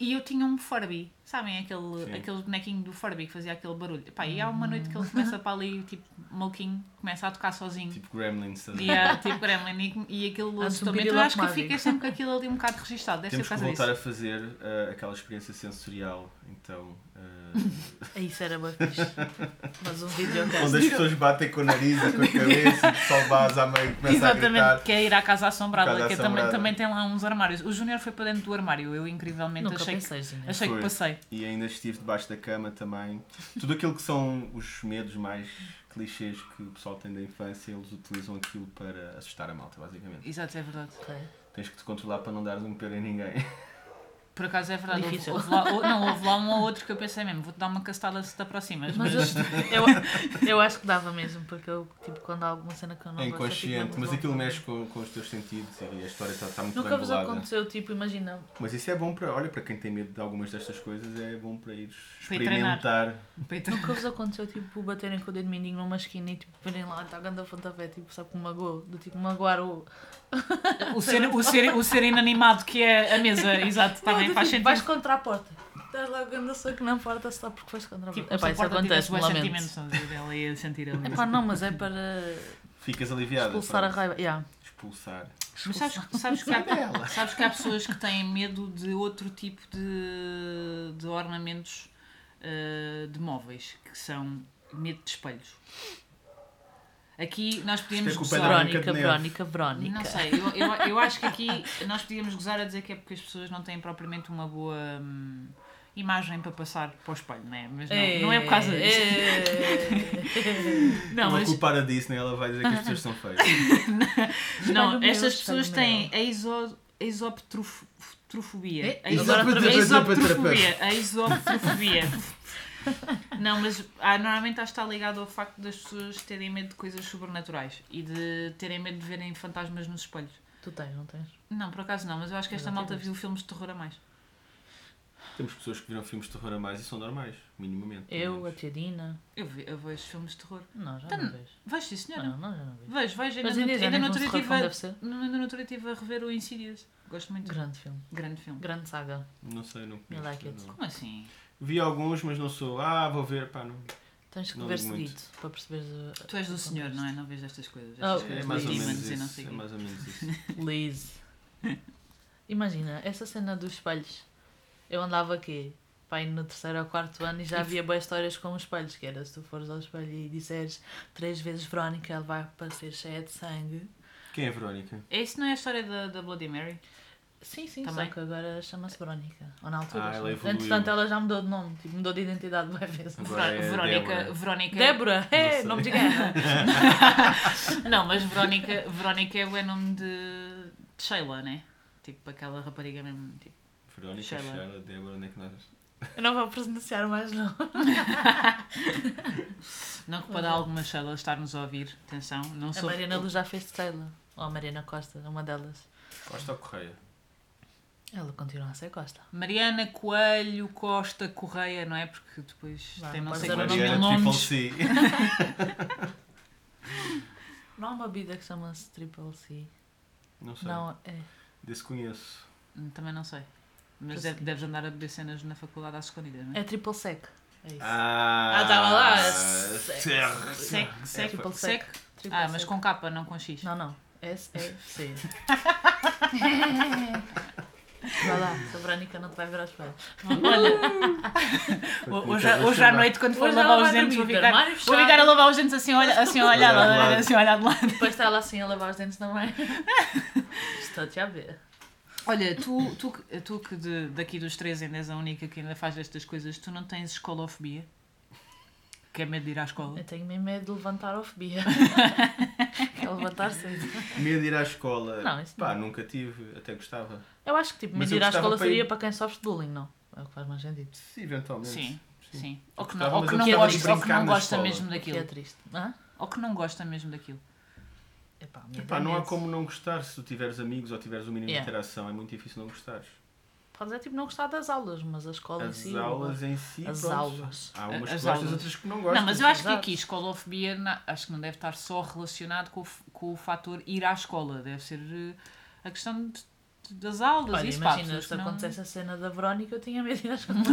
E eu tinha um Furby, sabem? Aquele, Sim. Hum. aquele bonequinho do Furby que fazia aquele barulho. Pá, e há uma noite que ele começa para ali, tipo, maluquinho, começa a tocar sozinho. Tipo Gremlins. estás a ver? E, há, tipo, Gremlin, e, e aquele Ah, assustamento. zumbi Eu acho que eu locomático. fiquei sempre com aquilo ali um bocado registado, deve ser Temos por que causa disso. voltar a fazer ah, aquela experiência sensorial, então, ah, É Isso era bem fixe. Mas um vídeo onde as pessoas batem com o nariz e com a cabeça, e o pessoal vaza à meio e começa a gritar. Exatamente, que é ir à Casa Assombrada, Casa que também, Assombrada. também tem lá uns armários. O Júnior foi para dentro do armário, eu incrivelmente Nunca achei, pensei, que, Zinha. achei que Foi. passei. E ainda estive debaixo da cama também. Tudo aquilo que são os medos mais clichês que o pessoal tem da infância, eles utilizam aquilo para assustar a malta, basicamente. Exato, é verdade. Ok. Tens que te controlar para não dares um pelo em ninguém. Por acaso é verdade, houve, Difícil. houve lá, ou- não, houve lá um ou outro que eu pensei mesmo, vou-te dar uma castada se te aproximas. Mas Mas, eu, eu, eu acho que dava mesmo, porque eu, tipo, quando há alguma cena que eu não é gosto, eu fico inconsciente, mesmo mas aquilo louca. mexe com, com os teus sentidos e a história está está muito Nunca Nunca vos bem aconteceu, tipo, imagina, Mas isso é bom para, olha, para quem tem medo de algumas destas coisas, é bom para ir Para ir treinar. experimentar. Peito. nunca vos aconteceu, tipo, baterem com o dedo mindinho numa esquina e, tipo, virem lá, está a ganda pontapé, tipo, sabe, que magoou, do tipo, magoar o... o, ser, o, ser, o ser inanimado que é a mesa, exato, Não, também do faz tipo, sentido. Vais contra a porta. Estás lá ganda soco na porta só porque foste contra a porta. Tipo, Epá, essa isso porta tivesse acontece, me bué lamento. sentimentos, estás a ver? ela ia sentir ali. Epá, não, mas é para Ficas aliviada. expulsar a pronto. raiva. Yeah. Expulsar. Mas sabes, sabes, é que há, sabes que há pessoas que têm medo de outro tipo de, de ornamentos eh, de móveis, que são medo de espelhos. Aqui nós podíamos culpa da gozar- Verónica Verónica, de Verónica, Não Verónica. sei, eu, eu, eu acho que aqui nós podíamos gozar a dizer que é porque as pessoas não têm propriamente uma boa hum, imagem para passar para o espelho, não é? Mas não, Ei, não é por causa disso. ei. Não, Vou mas culpar a Disney, ela vai dizer que as pessoas são feias. não, é Espelho estas meu, pessoas espelho têm a iso- a isopetrofobia. A Ei, iso- agora outra a vez. isopetrofobia. A isopetrofobia. Não, mas ah, normalmente acho que está ligado ao facto das pessoas terem medo de coisas sobrenaturais e de terem medo de verem fantasmas nos espelhos. Tu tens, não tens? Não, por acaso não, mas eu acho que Eu esta não malta tenho viu filmes de terror a mais. Temos pessoas que viram filmes de terror a mais e são normais, minimamente. pelo Eu, a menos. tia Dina. Eu, vi, eu vejo filmes de terror. Não, já Tan- não vejo. Vejo, sim, Não, senhora. não, não, já não vejo. Vejo, vejo. Ah. Mas Ainda, no- ainda, é ainda ainda no não outro dia estive... estive a- deve ser. no- ainda no outro dia estive a rever o Insidious. Gosto muito. Grande filme. Grande filme. Grande saga. Não sei, não You conheço. like it. não. Como assim? Vi alguns, mas não sou. Ah, vou ver, pá, não. Tens que Não ver ligo muito. seguido para perceberes. o- Tu és do o senhor, contexto. não é? Não vês estas coisas. Ah, Estas ok. É coisas mais de ou menos demons e não isso. sei É o quê. mais ou menos isso. Liz. Imagina, essa cena dos espelhos. Eu andava aqui, pai, no terceiro ou quarto ano e já havia boas histórias com os espelhos, que era se tu fores ao espelho e disseres três vezes Verónica, ela vai aparecer cheia de sangue. Quem é a Verónica? É Isso não é a história da, da Bloody Mary? Sim, sim, Também. só que agora chama-se Verónica. Ou na altura. Ah, ela chama- evoluiu. Entretanto, ela já mudou de nome, tipo, mudou de identidade várias vezes. Agora é Verónica. Débora. Verónica. Débora! É, nome de guerra! Não, mas Verónica, Verónica é o nome de, de Sheila, né? Tipo aquela rapariga mesmo. Tipo. Verónica, Sheila. Sheila, Débora, onde é que nós. Eu não vou pronunciar mais, não. Não que para alguma Sheila estar-nos a ouvir, atenção, não é. A sou. Mariana Luz já fez de Taylor. Ou a Mariana Costa, uma delas. Costa ou Correia? Ela continua a ser Costa. Mariana Coelho Costa Correia, não é? Porque depois Não, tem não pode sei ser quantos é Mariana mil Triple nomes. C. Não há uma bebida que chama-se Triple C. Não sei. Não, é. Desconheço. Hum, Também não sei. Mas Eu deve- sei. deves andar a beber cenas na faculdade às escondidas, não é? É Triple Sec. É isso. Ah, Ah, tava lá. Serra. É Sec, sec, Triple sec. sec. Triple Ah, mas sec. com capa, não com X. Não, não. S, E, C. Vai lá, se a Verónica não te vai ver aos pés. Olha, hoje, à- hoje à noite, quando for Hoje ela lavar os vai dentes, vou dormir, ficar, armário vou fechado. ficar a lavar os dentes assim, olha, assim, olha, Olhar de olha, lado. assim, olha de lado. Depois está ela assim a lavar os dentes também. Estou-te a ver. Olha, tu, tu, que- tu que de- daqui dos três ainda és a única que ainda faz estas coisas, tu não tens escolofobia? Que é medo de ir à escola? Eu tenho mesmo medo de levantar a fobia. É levantar cedo. Medo de ir à escola. Não, isso Pá, nunca tive, até gostava. Eu acho que tipo, Mas mas eu ir à gostava escola para ir- seria para quem sofre de bullying, não? É o que faz mais sentido. Sim, eventualmente. Sim, sim. Ou que Gostava, não, ou mas que eu não gostava de gosta, ou que brincar não na gosta escola. mesmo O que é daquilo. triste. Hã? Ou que não gosta mesmo daquilo. Epá, medo Epá, é não há medo. como não gostar se tu tiveres amigos ou tiveres o mínimo Yeah. de interação. É muito difícil não gostares. Podes é tipo não gostar das aulas, mas a escola em As si. aulas em si. assim, As pronto. aulas. Há umas As que gostas, aulas. outras que não gostas. Não, mas eu acho que Exato. aqui escolofobia na- acho que não deve estar só relacionado com o, f- com o fator ir à escola. Deve ser eh, a questão de- de- das aulas. Olha, isso, pá, imagina, pessoas se que não- acontecesse a cena da Verónica, eu tinha medo de ir às aulas.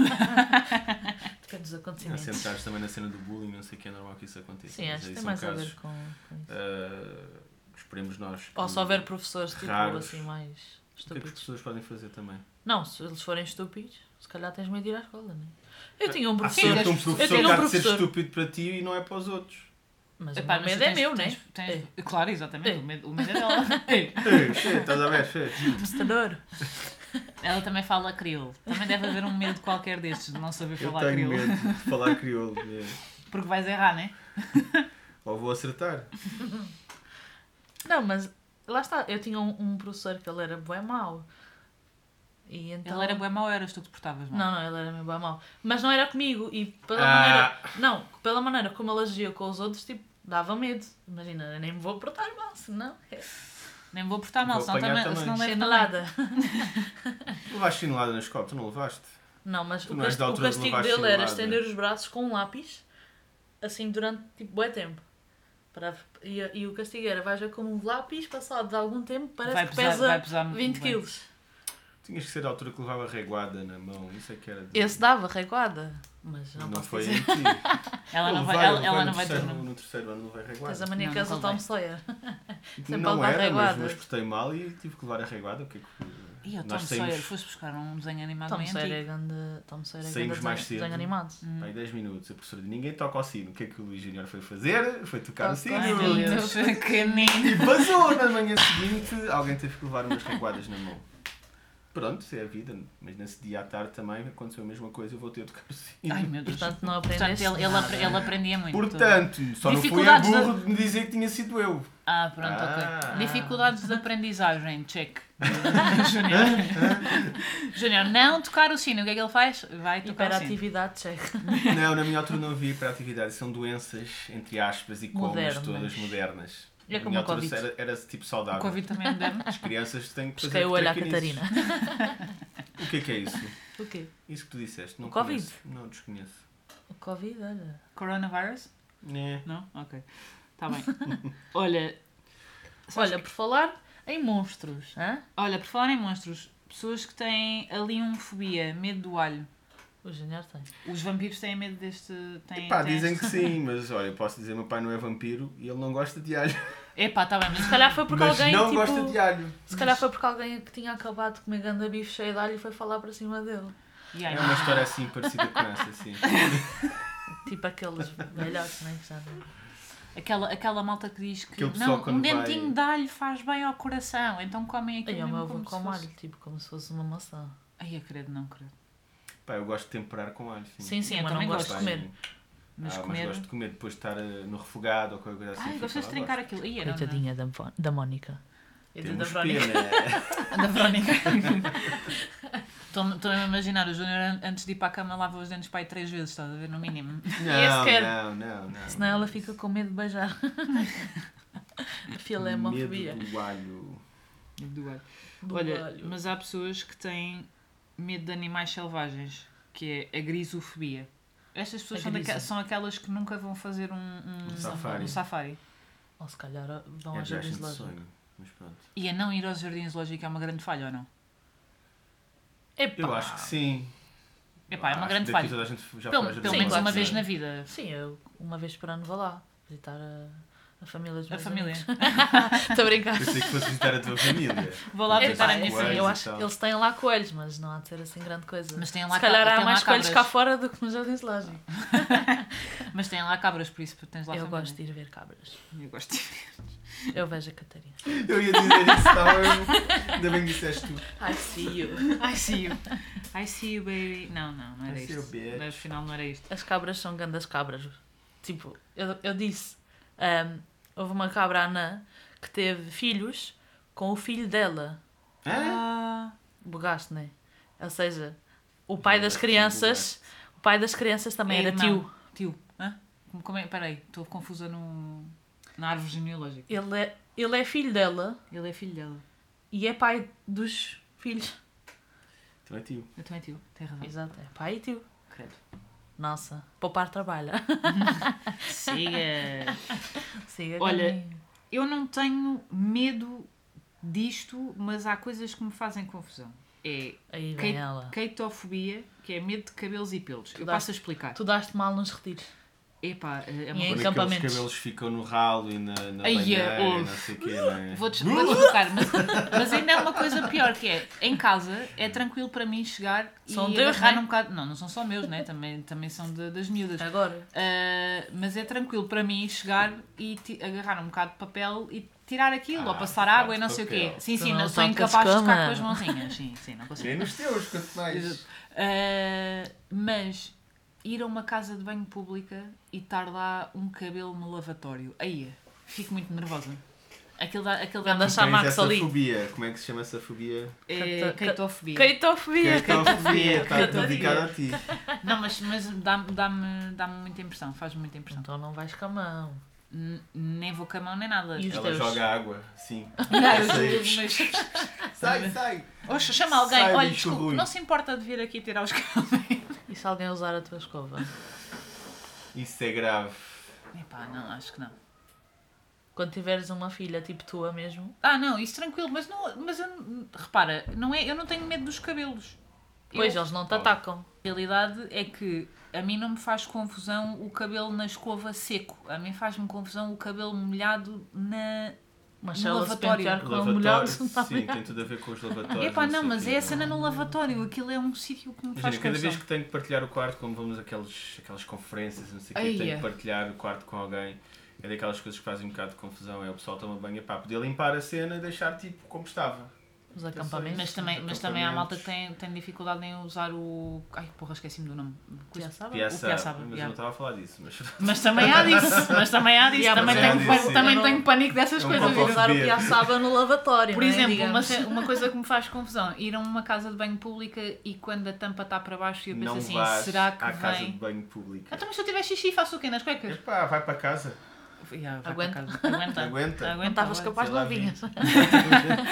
Depende dos Há acontecimentos. É sempre estás também na cena do bullying, não sei o que é normal que isso é aconteça. Sim, mas acho que aí tem são mais a casos, ver com, com isso. ah, esperemos nós. que- Ou só houver professores tipo hum, raros. assim mais O que é que as estúpidos. pessoas podem fazer também? Não, se eles forem estúpidos, se calhar tens medo de ir à escola, não é? Eu tinha um Há professor. sempre um Eu professor tenho um que há de ser professor. estúpido para ti e não é para os outros. Mas o Epá, meu mas tu medo é tens- meu, né? tens- tens- Claro, exatamente. O medo, o medo é dela. Ei, che, Estás a ver? che. Assustador. Ela também fala crioulo. Também deve haver um medo qualquer destes de não saber Eu falar tenho crioulo. medo de falar crioulo. é. Porque vais errar, né? Ou vou acertar. Não, mas lá está. Eu tinha um, um professor que ele era bué mau. E então... Ele era bué mau, eras tu que te portavas mal. Não, não, ele era meio bué mau. Mas não era comigo. E pela Ah. maneira... Não, pela maneira como ele agia com os outros, tipo, dava medo. Imagina, eu nem me vou portar mal, senão... É Nem me vou portar mal, Vou senão apanhar também, também. senão levo também. chinelada. Levaste chinelada na escola, tu não levaste? Não, mas Tu o, não és cast- da o altura de castigo levar dele era chinelada. estender os braços com um lápis, assim, durante, tipo, bué tempo. Para... E, e o castigo era, vais ver como um lápis, passado de algum tempo, parece Vai que pesar- pesa vai pesar muito 20 bem. quilos. Tinhas que ser da altura que levava reguada na mão. Isso é que era. De... Esse dava reguada, mas não, Não, posso foi dizer. em ti. Ela Eu não vai, levei- eu ela, levei ela no não vai ter terceiro- nome. No terceiro ano levei Tens reguada. a mania Não, que és não o Tom convém. Sawyer. sempre a Tipo, Não levar era, mas, reguada. mas cortei mal e tive que levar a reguada. O que é que. Ih, o Tom Nós Sawyer, saímos, foste buscar um desenho animado Tom bem Sawyer é antigo. grande. Tom Sawyer é Saímos grande mais desenho- cedo. desenho animado. Pai, 10 minutos, a professora de ninguém toca ao sino. O que é que o Luís Júnior foi fazer? Foi tocar Toca o sino. ao Ai, meu Sim. Deus, que menino. E vazou na manhã seguinte, alguém teve que levar umas reguadas na mão. Pronto, isso é a vida. Mas nesse dia à tarde também aconteceu a mesma coisa, eu voltei a tocar o sino. Ai meu Deus. Portanto, não Portanto, aprendeste ele, ele, nada. apre- ele aprendia muito. Portanto, só não fui a Dificuldades da- burro de me dizer que tinha sido eu. Ah, pronto, Ah. ok. Dificuldades de aprendizagem, check. Júnior. Júnior, não tocar o sino. O que é que ele faz? Vai tocar Então, o sino. Hiperatividade, é, check. Não, na minha altura não havia hiperatividade. São doenças, entre aspas, e comas Modernas. todas modernas. É na como minha o altura Covid. era, era tipo O saudável. Covid também é moderno. As crianças têm é que Pesquei fazer o olho à traquinices. Catarina. O que é que é isso? O quê? Isso que tu disseste. Não O Covid. Conheço. Não, desconheço. O Covid, olha. Coronavirus? É. Não? Ok. Está bem. Olha, sabes Olha, por falar em monstros, hã? Olha, por falar em monstros, pessoas que têm aliumfobia, medo do alho. O Júnior tem. Os vampiros têm medo deste. Têm, Epá, têm dizem este- que sim, mas olha, eu posso dizer meu pai não é vampiro e ele não gosta de alho. Epá, tá bem, mas Se calhar foi porque mas alguém, não tipo... gosta de alho. Se calhar foi porque alguém que tinha acabado de comer ganda bife cheio de alho e foi falar para cima dele. E aí, É uma história assim parecida com essa, assim. Tipo aqueles velhotes, né? Que já não... aquela, aquela malta que diz que Aquele pessoal não, um quando vai- dentinho de alho faz bem ao coração, então comem Ai, é aquilo o meu mesmo avô como se com fosse... alho, tipo como se fosse uma maçã. Ai, eu credo, não credo. Ah, Pá, eu gosto de temperar com alho. Sim, Sim, sim, eu mas não também gosto de Pá, comer. Mas ah, comer... mas gosto de comer depois de estar eh, no refogado ou qualquer coisa assim. Ai, fica gostas de lá, trincar gosto. aquilo. um Ia, não, não. Coitadinha da, Mo- da Mónica. E né? da Temos Verónica. pena. Da Verónica. Estou-me estou-me a imaginar, o Júnior an- antes de ir para a cama lava os dentes para aí três vezes, estás a ver? No mínimo. Esse quer. Não, não, não, não. Senão ela fica com medo de beijar. Filemofobia. Medo do alho. Do alho. Do Olha, alho. mas há pessoas que têm medo de animais selvagens, que é a grisofobia. Estas pessoas A são, daque- grisa. são aquelas que nunca vão fazer um, um- Um safari. um safari. Ou se calhar vão é aos jardins viagem de de loja. sonho. Mas pronto. E a não ir aos jardins lógico é uma grande falha, ou não? Epá. Eu acho que sim. Epá, é uma Acho grande que daqui falha. toda a gente já foi Pelo, pelo aos jardins menos de uma loja. vez na vida. Sim, eu uma vez por ano vou lá visitar a, a família dos A meus família. amigos. Estou a brincar. Pensei que fosse visitar a tua família. Vou lá Epá, visitar a é minha assim, família. então. eu e acho tal. que eles têm lá coelhos, mas não há de ser assim grande coisa. Mas têm lá se calhar ca- há têm lá mais coelhos cá cabras. fora do que nos jardins de loja. Mas têm lá cabras, por isso tens lá Eu família. gosto de ir ver cabras. Eu gosto de Eu vejo a Catarina. Eu ia dizer isso, estava eu- ainda bem que disseste tu. Ai, see you. I see you. I see you, baby. Não, não, não era I see you, isto. bitch. Mas, Afinal, não era isto. As cabras são grandes cabras. Tipo, eu, eu disse, ahm, houve uma cabra anã que teve filhos com o filho dela. Hã? Ah, Bugaste, né? Ou seja, o pai das Bugaste, crianças, o pai das crianças também É era irmão. tio. tio. Hã? Como- Como é? Peraí, estou confusa no... na árvore genealógica. Ele é, ele é filho dela Ele é filho dela. e é pai dos filhos. Também tio. Eu também tio, tem razão. Exato, é pai e tio. Credo. Nossa, poupar trabalho. Siga. Siga Olha, caminho. Eu não tenho medo disto, mas há coisas que me fazem confusão. É Aí vem kate- ela. keitofobia, que é medo de cabelos e pelos. Eu Tu passo a explicar. Tu daste mal nos retiros. Epá, é E uma em coisa... Quando aqueles acampamentos. cabelos ficam no ralo e na, na Ai, é, banheira e ouve. não sei o quê, não é? Vou, des vou deslocar, mas, mas ainda é uma coisa pior que é, em casa é tranquilo para mim chegar São e teus, agarrar né? um bocado. Não, não são só meus, né? também, também são de- das miúdas. Agora. Uh, mas é tranquilo para mim chegar e ti- agarrar um bocado de papel e tirar aquilo, Ah, ou passar claro, água e não sei o quê. papel. Sim, Tu sim, não não sou tocas incapaz de tocar cama. com as mãozinhas. Sim, sim, não consigo. Nem é nos teus, quanto mais. Uh, mas ir a uma casa de banho pública e estar lá um cabelo no lavatório, aí fico muito nervosa. Aquilo dá, aquilo dá Ganda muito- Chá Tens Marcos essa ali. fobia. Como é que se chama essa fobia? é, Cata- keitofobia. Keitofobia. Que é a fobia, está Catofobia. dedicada a ti. Não, mas, mas dá-me dá dá muita impressão, faz-me muita impressão. Então não vais com a mão. N- nem vou com a mão nem nada. E os Ela teus? joga água, sim. Não, eu Sei. juro, mas- Sai, sai! Oxe, chama alguém. Sai, Olha, bicho desculpe, ruim. não se importa de vir aqui tirar os cabelos. E se alguém usar a tua escova? Isso é grave. Epá, não, acho que não. Quando tiveres uma filha, tipo tua mesmo, Ah, não, isso tranquilo, mas não, mas eu, não- repara, não é, eu não tenho medo dos cabelos. pois eu, eles não te atacam. a realidade é que a mim não me faz confusão o cabelo na escova seco. A mim faz-me confusão o cabelo molhado na. Mas No se ela se lavatório. pentear com a mulher, Lavatório, não está sim, tem tudo a ver com os lavatórios. tá Epá, não, sei mas quê. é a cena no lavatório, aquilo é um sítio que me faz Imagina, cada confusão. vez que tenho que partilhar o quarto, como vamos aqueles, aquelas conferências, não sei o quê, Ai, tenho é. que partilhar o quarto com alguém, é Ah, daquelas coisas que fazem um bocado de confusão, é o pessoal toma banho, pá, poder limpar a cena e deixar tipo como estava. Os acampamentos. Mas também, mas também há malta que tem, tem dificuldade em usar o. Ai porra, esqueci-me do nome. Já sabem? Piaçaba, Piaçaba, mas eu yeah. não estava a falar disso. Mas... Mas também há disso, mas também há disso. Yeah, também mas é tenho, disso, pânico- sim. também Eu não- tenho pânico dessas eu não coisas. posso Por Usar o Ver. piaçaba no lavatório. não é? é exemplo, uma, Digamos. ce- uma coisa que me faz confusão: ir a uma casa de banho pública e quando a tampa está para baixo eu penso não assim, vás será que à vem. casa de banho pública. Então, mas se eu tiver xixi, faço o quê? Nas cuecas? Epá, vai para casa. Yeah, vai Aguenta. para casa. Aguenta. Aguenta. Não estavas aguenta. capaz de Sei lá, novinhas.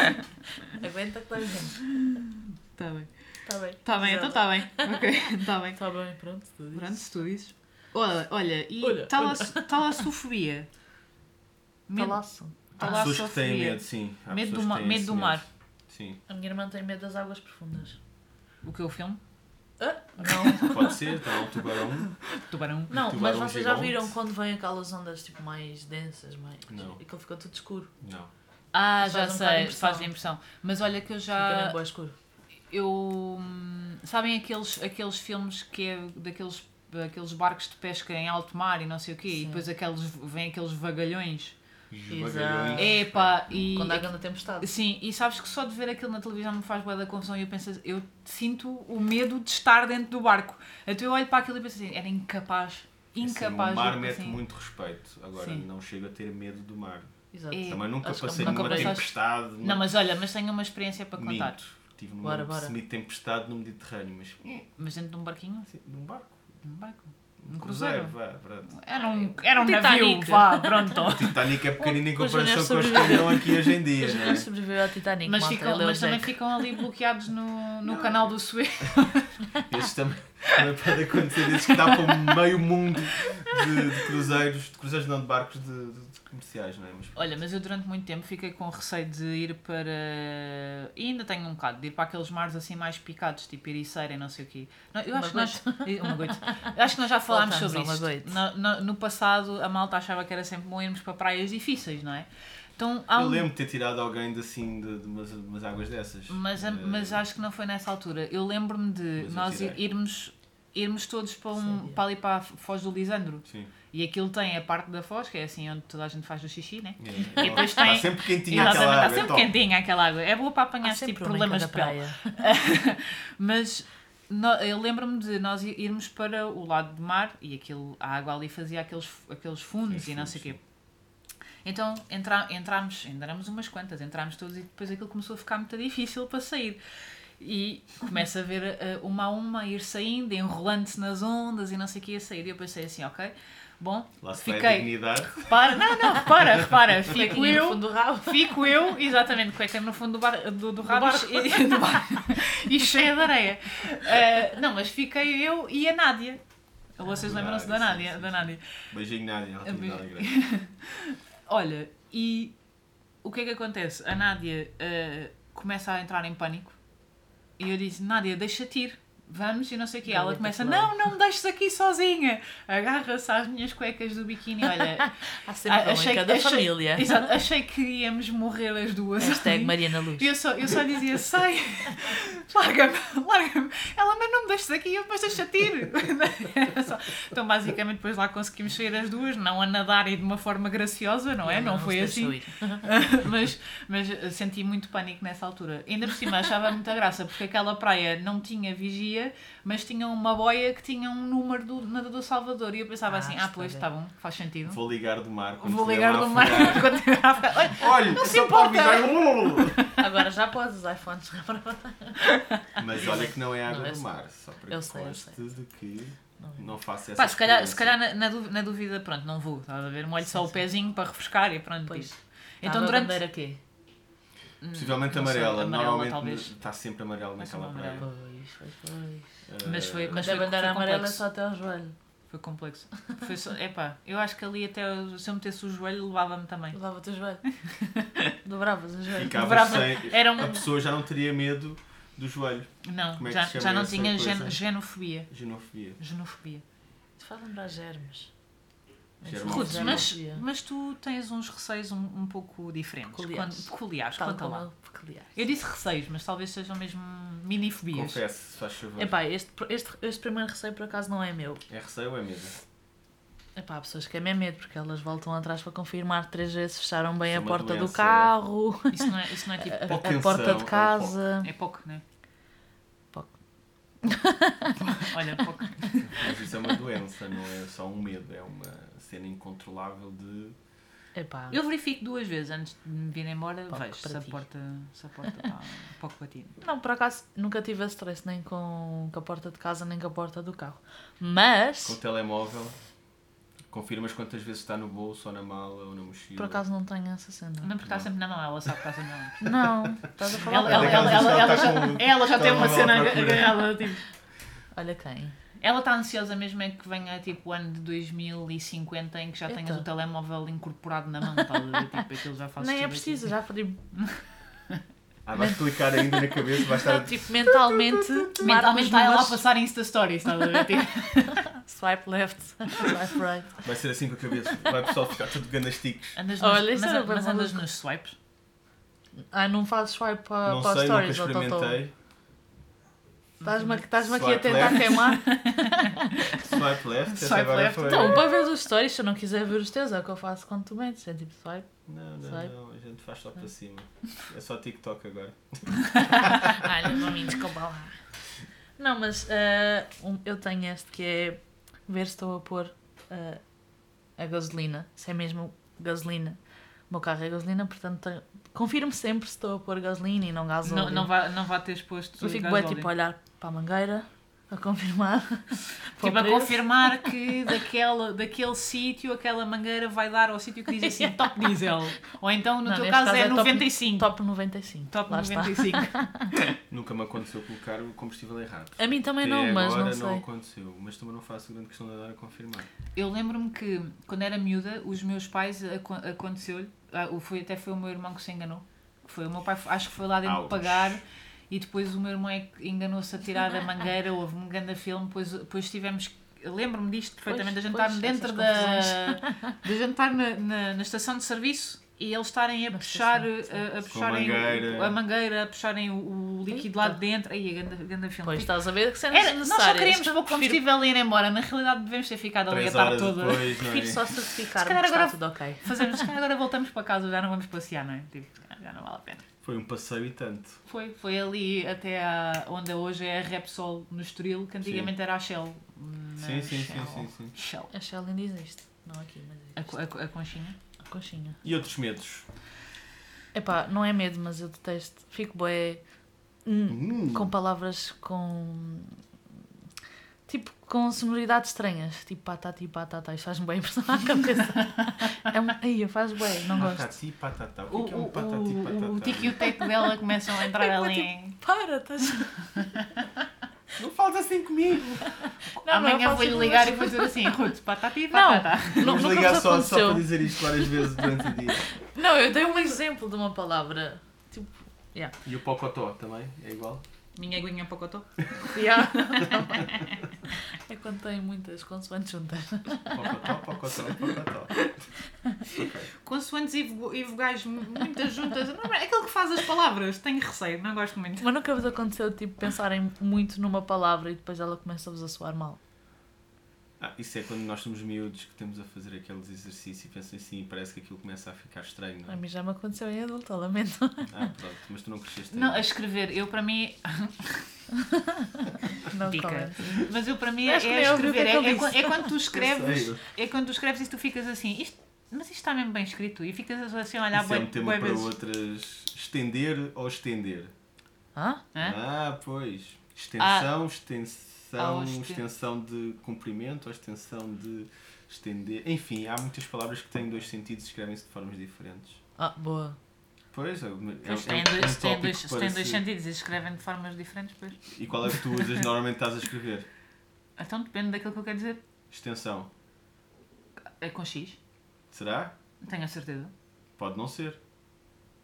Aguenta que estás bem. Tá bem. Está bem. Tá bem, então tá bem. Ok, tá bem. Está bem, pronto. tudo isso. Pronto, se tu dizes. Olha, olha, e tá Olha, talas- talassofobia. Medo- Talasso. Há Talassofobia. pessoas Ah, que têm medo, sim. Há Medo pessoas do, que ma- têm medo esse do mar. Sim. A minha irmã tem medo das águas profundas. O que é o filme? Ah, não. Pode ser, então um tubarão. Tubarão. Não, Tubarão mas vocês já gigante. viram quando vêm aquelas ondas tipo mais densas, mais. Não. Aquilo fica tudo escuro. Não. Ah, Mas já faz um bocado sei, impressão. faz impressão. Mas olha que eu Fica já. bem boa escuro. Eu. hum, Sabem aqueles, aqueles filmes que é daqueles aqueles barcos de pesca em alto mar e não sei o quê, e Sim. depois aqueles, vêm aqueles vagalhões. Exato. Epá, e. é Quando há grande tempestade. Sim, e sabes que só de ver aquilo na televisão me faz boa da confusão e eu penso, eu sinto o medo de estar dentro do barco. Então eu olho para aquilo e penso assim, era incapaz, incapaz. É Assim, o mar eu, mete assim, muito respeito. Agora, Sim. não chego a ter medo do mar. Exato. É. Também nunca Acho que passei nunca numa passaste. tempestade. Não, mas olha, mas tenho uma experiência para contar. Minto. Tive Bora, numa bora. semi-tempestade no Mediterrâneo, mas hum, Mas dentro de um barquinho? assim, num barco. Num barco? Num Num cruzeiro? vá, pronto. Era um, era um Titanic. navio, vá, pronto. Titanic é pequenino em Os janeiro comparação com os que sobrevivem. andam aqui hoje em dia, Os não é? meninos sobreviveu ao Titanic. Mas, malta, ficam, ele é o mas também Jack. ficam ali bloqueados no, no canal do Suez. Esses também, também pode acontecer, esses que tapam meio mundo de, de cruzeiros, de cruzeiros não, de barcos de, de- de comerciais, não é? Mas Olha, mas eu durante muito tempo fiquei com receio de ir para. E ainda tenho um bocado, de ir para aqueles mares assim mais picados, tipo Ericeira e não sei o quê. Não, eu acho que, nós... Eh, uma goita. Eu acho que nós já falámos Voltamos sobre ao isso. Magoito. No, no- no passado a malta achava que era sempre bom irmos para praias difíceis, não é? Então há eu um. lembro de ter tirado alguém de, assim, de, de umas, de umas águas dessas. Mas, a- Eh, mas acho que não foi nessa altura. Eu lembro-me de Mas eu nós ir- tirei. irmos, irmos todos para, um, Sério? para ali para a Foz do Lisandro. Sim. E aquilo tem a parte da Foz, que é assim onde toda a gente faz o xixi, né? É, E depois Está tem- sempre quentinha Exatamente, aquela está água. é sempre top. quentinha aquela água. É boa para Há apanhar sempre tipo, um em problemas de cada pele. Tipo Mas no- eu lembro-me de nós i- irmos para o lado do mar e aquilo, a água ali fazia aqueles, fu- aqueles fundos Aqueles e não fundos, sei o quê. Então entra, entrámos, ainda éramos umas quantas, entrámos todos e depois aquilo começou a ficar muito difícil para sair. E começa a ver eh, uma a uma a ir saindo, enrolando-se nas ondas e não sei o que a sair. E eu pensei assim, ok, bom, Lá se vai a fiquei, dignidade. repara, não, não, repara, repara, fico Cuequinha no eu, fundo do rabo. Fico eu, exatamente, cueca no fundo do, bar, do, do rabo barco. e, e- do barco. e cheia de areia. Ah, não, mas fiquei eu e a Nádia. Vocês Ah, lembram-se da Nádia, Nádia, sim, sim, da sim. Nádia. Beijinho, Nádia. ela tem Beijo. idade grande. Olha, e o que é que acontece? A Nádia ah, começa a entrar em pânico e eu disse: Nádia, deixa-te ir. Vamos, e não sei o que. Ela é Garota começa: clara. Não, não me deixes aqui sozinha. Agarra-se às minhas cuecas do biquíni. Olha, Há sempre um em cada família. Exato, achei que íamos morrer as duas. Hashtag ali. Mariana Luz. E Eu só, eu só dizia, sai, larga-me, larga-me. Ela, mas não me deixes aqui, eu depois deixa-te ir. Era só- Então, basicamente, depois lá conseguimos sair as duas, não a nadar e de uma forma graciosa, não é? Não, foi se deixou assim. ir. mas, mas eh, senti muito pânico nessa altura. Ainda por cima, achava muita graça, porque aquela praia não tinha vigia, mas tinha uma boia que tinha um número do nadador Salvador. E eu pensava Ah, assim, ah, está pois, bem. está bom, faz sentido. Vou ligar do mar. quando Vou estiver ligar lá do a mar afogar. quando estiver a afogar. Olha, Olha, Não se só para importa. avisar. Agora já podes os iPhones reprovar. Mas olha que não é água Não, eu do assim. sei. mar. Só para Eu que sei, eu conste de que não faça essa é. Pá, se calhar, se experiência. calhar na, na dú- na dúvida, pronto, não vou, estás a ver? Molho só o pezinho para refrescar e pronto. Pois. isso. Então Então durante. durante. Hum, Bandeira quê? Possivelmente Não sei, amarela. amarela, Normalmente talvez. está sempre amarelo Está sempre naquela praia. amarelo. Pois, pois, pois. Eh, Mas foi- Mas foi- a bandeira foi amarela é complexo. só até ao joelho. Foi complexo. Foi só. Epá, eu acho que ali até eu- se eu metesse o joelho, levava-me também. Levava-te o joelho. Dobravas o joelho. ficava Dobrava- sem- Era A um. pessoa já não teria medo do joelho. Não, Como é que já, se chama já não essa tinha coisa? gen- genofobia. Genofobia. Genofobia. Te faz lembrar germes. Germofobia. Rudes, mas, Germofobia. mas tu tens uns receios um, um pouco diferentes. Peculiares. quando- peculiares, Tal conta como lá. eu, peculiar. Eu disse receios, mas talvez sejam mesmo mini-fobias. Confesso, se faz favor. Epá, este, este, este primeiro receio por acaso não é meu. É receio ou é medo? Epá, há pessoas que é mesmo medo, porque elas voltam atrás para confirmar três vezes, fecharam bem Isso é a uma porta do doença. carro, Isso não é, isso não é tipo. a, POC. a porta Atenção, de é casa. É POC, não é? POC. Olha, POC. Mas isso é uma doença, não é só um medo, é uma cena incontrolável de. Epá, Eu verifico duas vezes antes de me vir embora, POC vejo se para a, ti. porta, se a porta está POC batida. não, por acaso nunca tive esse stress nem com, com a porta de casa nem com a porta do carro. Mas, Com o telemóvel, confirmas quantas vezes está no bolso, ou na mala, ou na mochila. por acaso não tenho essa cena. Não, porque está sempre na mão, ela sabe que está sempre na mão. Não, estás a falar Ela, dela. ela, ela, Está- ela, ela está já, com- ela já está tem uma com cena ela à procura. agarrada, tipo. Olha quem. Ela está ansiosa mesmo é que venha tipo o ano de 2050 em que já tenhas Eita. o telemóvel incorporado na mão, estás a ver? Tipo, aquilo já faz Nem é sentido. preciso, já falei. Ah, vais clicar ainda na cabeça, vais estar. Não, tipo, mentalmente, Mentalmente mentalmente está ela a passar Insta Stories, estás a ver? Tipo, Swipe left, swipe right. Vai ser assim com a cabeça, vai o pessoal ficar tudo ganasticos. andas nos, Olha, isso mas, era bem mas andas maluco. nos swipes? Ai, Ah, não fazes swipe para, Não Ah, para os sei, nunca stories, ó Totó. experimentei. Estás-me estás aqui a Swipe tentar left. queimar. Swipe left, até Swipe agora left. foi. Então, para ver os stories, se eu não quiser ver os teus, é o que eu faço quando tu metes. É tipo swipe. Não, não, Swipe. não, a gente faz só para cima. É só TikTok agora. Olha, um não me desculpa lá. Não, mas eh, um- eu tenho este que é ver se estou a pôr eh, a gasolina. Se é mesmo gasolina. O meu carro é gasolina, portanto tenho- confirmo sempre se estou a pôr gasolina e não gasóleo. Não, não, vá, não vá teres posto. Eu fico bem gasóleo. tipo a olhar para a mangueira, a confirmar. para o Tipo, a preço. confirmar que daquela, daquele sítio, aquela mangueira vai dar ao sítio que diz assim top diesel. Ou então, no Não, teu neste caso, caso é, é top- 95. Top, Top 95. lá está. 95. Nunca me aconteceu colocar o combustível errado. A mim também Até não, mas agora não sei. aconteceu, mas também não faço grande questão de andar a confirmar. Eu lembro-me que, quando era miúda, os meus pais, aco- aconteceu-lhe, ah, o- foi, até foi o meu irmão que se enganou. Que Foi, o meu pai, f- acho que foi lá dentro Ouch. pagar e depois o meu irmão é que enganou-se a tirar da mangueira, houve um grande filme, depois, depois tivemos... Lembro-me disto perfeitamente, Pois, de jantar pois, dentro essas da... de jantar na, na, na estação de serviço e eles estarem a Na puxar, estação, a, a sim. puxarem Com a o- mangueira. a mangueira, a puxarem o, o líquido lá de dentro. Aí, grande, grande filme. Pois estás a ver que é cenas Era, nós só desnecessárias. queríamos pôr combustível e ir embora. Na realidade, devemos ter ficado ali a Três tarde horas toda. depois, não é? Prefiro só certificar Se que calhar está agora- tudo ok. Fazemos, "Ah, agora voltamos para casa, já não vamos passear, não é? Tipo, "Ah, já não vale a pena. Foi um passeio e tanto. Foi, foi ali até a, onde hoje é a Repsol no Estoril, que antigamente era a Shell. Na Sim, sim, sim, Shell. sim, sim. Shell. A Shell ainda existe. Não aqui, mas A, existe. co- a co- a conchinha. A conchinha. E outros medos? Epá, não é medo, mas eu detesto. Fico bué hum, Hum. com palavras com... Tipo, com sonoridades estranhas. Tipo patati patata. Isto faz-me bem impressão à cabeça. É um... Ia, faz bem. Não gosto. Patati patatá. O, O que é que é o, um patati o, o tico e patatá? o teco dela começam a entrar ali em. Para, estás... Não fales assim comigo. Não, não, eu Amanhã faço vou-lhe isso, ligar mas- e vou dizer assim: Ruth, patati e Não. patata. Não, Vamos nunca ligar vos só, só aconteceu. para dizer isto várias vezes durante o dia. Não, eu dei um exemplo de uma palavra. Tipo, yeah. E o pocotó também? É igual? Minha aguinha pocotó. Yeah. é quando tem muitas consoantes juntas. Pocotó, pocotó, pocotó. Consoantes e vo- e vogais mu- muitas juntas. Não, é aquele que faz as palavras. Tenho receio, não gosto muito. Mas nunca vos aconteceu, tipo, pensarem muito numa palavra e depois ela começa-vos a soar mal. Ah, isso é quando nós somos miúdos que temos a fazer aqueles exercícios e pensam assim parece que aquilo começa a ficar estranho, não A é? mim já me aconteceu em adulto, eu lamento. Ah, pronto, mas tu não cresceste Não, a ainda. escrever, eu para mim. Não Dica. comento. Mas eu para mim é, Acho que é nem ouvi o que escrever. é É, que eu é quan- disse. é quando tu Eu sei. escreves. É quando tu escreves e tu ficas assim. Isto, mas isto está mesmo bem escrito. E ficas assim a olhar Isso é um bué tema bué para vezes. outras. Estender ou estender? Hã? Hã? Ah, pois. Extensão, extensão, Ah, o este- extensão de comprimento ou extensão de estender. Enfim, há muitas palavras que têm dois sentidos e escrevem-se de formas diferentes. Ah, boa. Pois, é, é, é Pois, se tem um dois- se tem tópico dois- que se tem dois parece- sentidos e escrevem de formas diferentes, pois. E qual é que tu usas normalmente estás a escrever? Então depende daquilo que eu quero dizer. Extensão. É com X, Será? tenho a certeza. Pode não ser.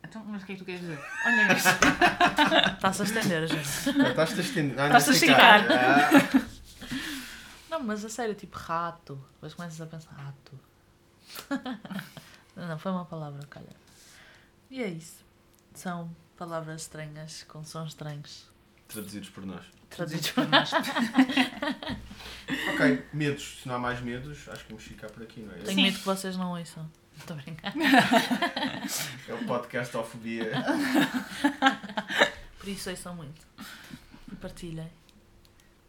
Então, mas o que é que tu queres dizer? Olha isto. Está-se a estender, gente. Estás-te a estender. Ah, Estás-te a esticar. Ah, Não, mas a sério, tipo, rato. Depois começas a pensar, rato. Não, foi uma palavra, calhar. E é isso. São palavras estranhas, com Ah, sons estranhos. traduzidos por nós. Traduzidos por nós. Ok, Ok, medos. Se não há mais medos, acho que vamos ficar por aqui, não é? Tenho Sim. medo que vocês não ouçam. Estou a brincar. É o podcast Ofobia. Por isso ouçam muito. E partilhem.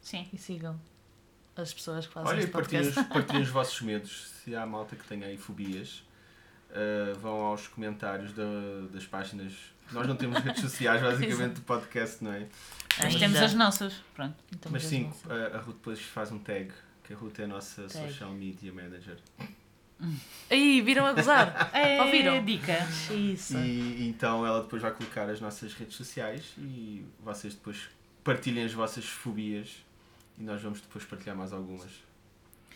Sim. E sigam as pessoas que fazem Olha, este partilhem, podcast. os- partilhem os vossos medos. Se há malta que tenha aí fobias, uh, vão aos comentários da- das páginas. Nós não temos redes sociais, basicamente, do podcast, não é? Mas Ainda. temos as nossas. Pronto. Então, Mas Deus sim, nosso. a, a Ruth depois faz um tag, que a Ruth é a nossa Tag. social media manager. Aí, viram a gozar. É, Ouviram? Dica. Isso. E então ela depois vai colocar as nossas redes sociais e vocês depois partilhem as vossas fobias e nós vamos depois partilhar mais algumas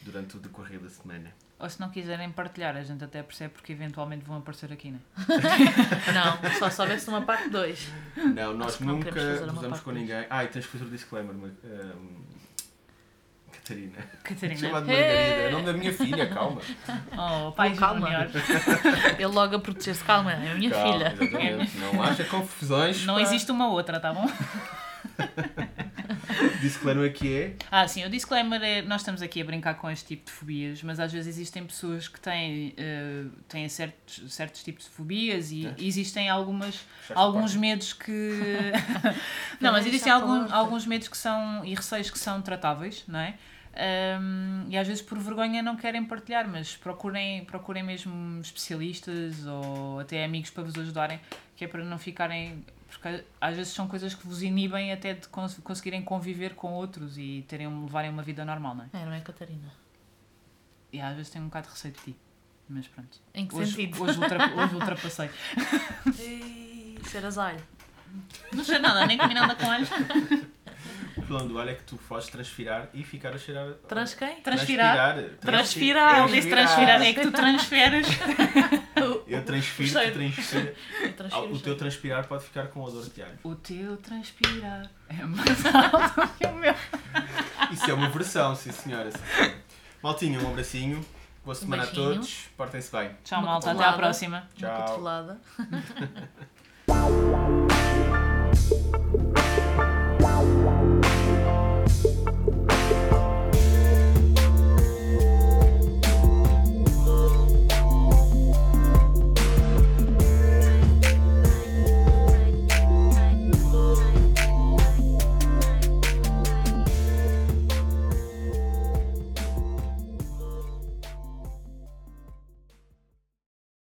durante o decorrer da semana. Ou se não quiserem partilhar, a gente até percebe porque eventualmente vão aparecer aqui, né? Não, só soubesse uma parte 2. Não, nós que não nunca queremos fazer uma usamos parte com dois. ninguém. Ah, e tens que fazer o disclaimer, ma- ehm, Catarina. Catarina. Chamada Margarida, é o nome da minha filha, calma. Oh, pai Com calma. Júnior. Ele logo a proteger-se. Calma, é a minha Calma, filha. Exatamente. Não haja confusões. Não existe uma outra, tá bom? Disclaimer aqui é. Ah, sim, o disclaimer é: nós estamos aqui a brincar com este tipo de fobias, mas às vezes existem pessoas que têm, eh, têm certos, certos tipos de fobias e É. existem algumas, Fecha a alguns porta. medos que. não, mas Fecha existem a algum, porta. alguns medos que são e receios que são tratáveis, não é? Ahm, e às vezes por vergonha não querem partilhar, mas procurem, procurem mesmo especialistas ou até amigos para vos ajudarem, que é para não ficarem. Porque às vezes são coisas que vos inibem até de cons conseguirem conviver com outros e terem, um, levarem uma vida normal, não é? É, não é Catarina? E às vezes tenho um bocado de receio de ti, mas pronto. Em que Hoje, sentido? hoje, ultra- hoje ultrapassei. Ei, Cheiras alho. Não sei nada, nem comi nada com eles. O plano do olho é que tu podes transpirar e ficar a cheirar. Trans quem? Transpirar. Transpirar. Transpirar, ele disse transpirar, é que tu transferes. Eu transfiro, Gostei. tu transpira. Eu transfiro Ah, O os teu dois. transpirar pode ficar com odor de alho. O teu transpirar é mais alto que o meu. Isso é uma versão, sim senhora. sim, senhora. Maltinha, um abracinho. Boa semana a beijinho. todos. Portem-se bem. Tchau, Uma malta. Até à cotovelada. próxima. Uma Tchau. cotovelada.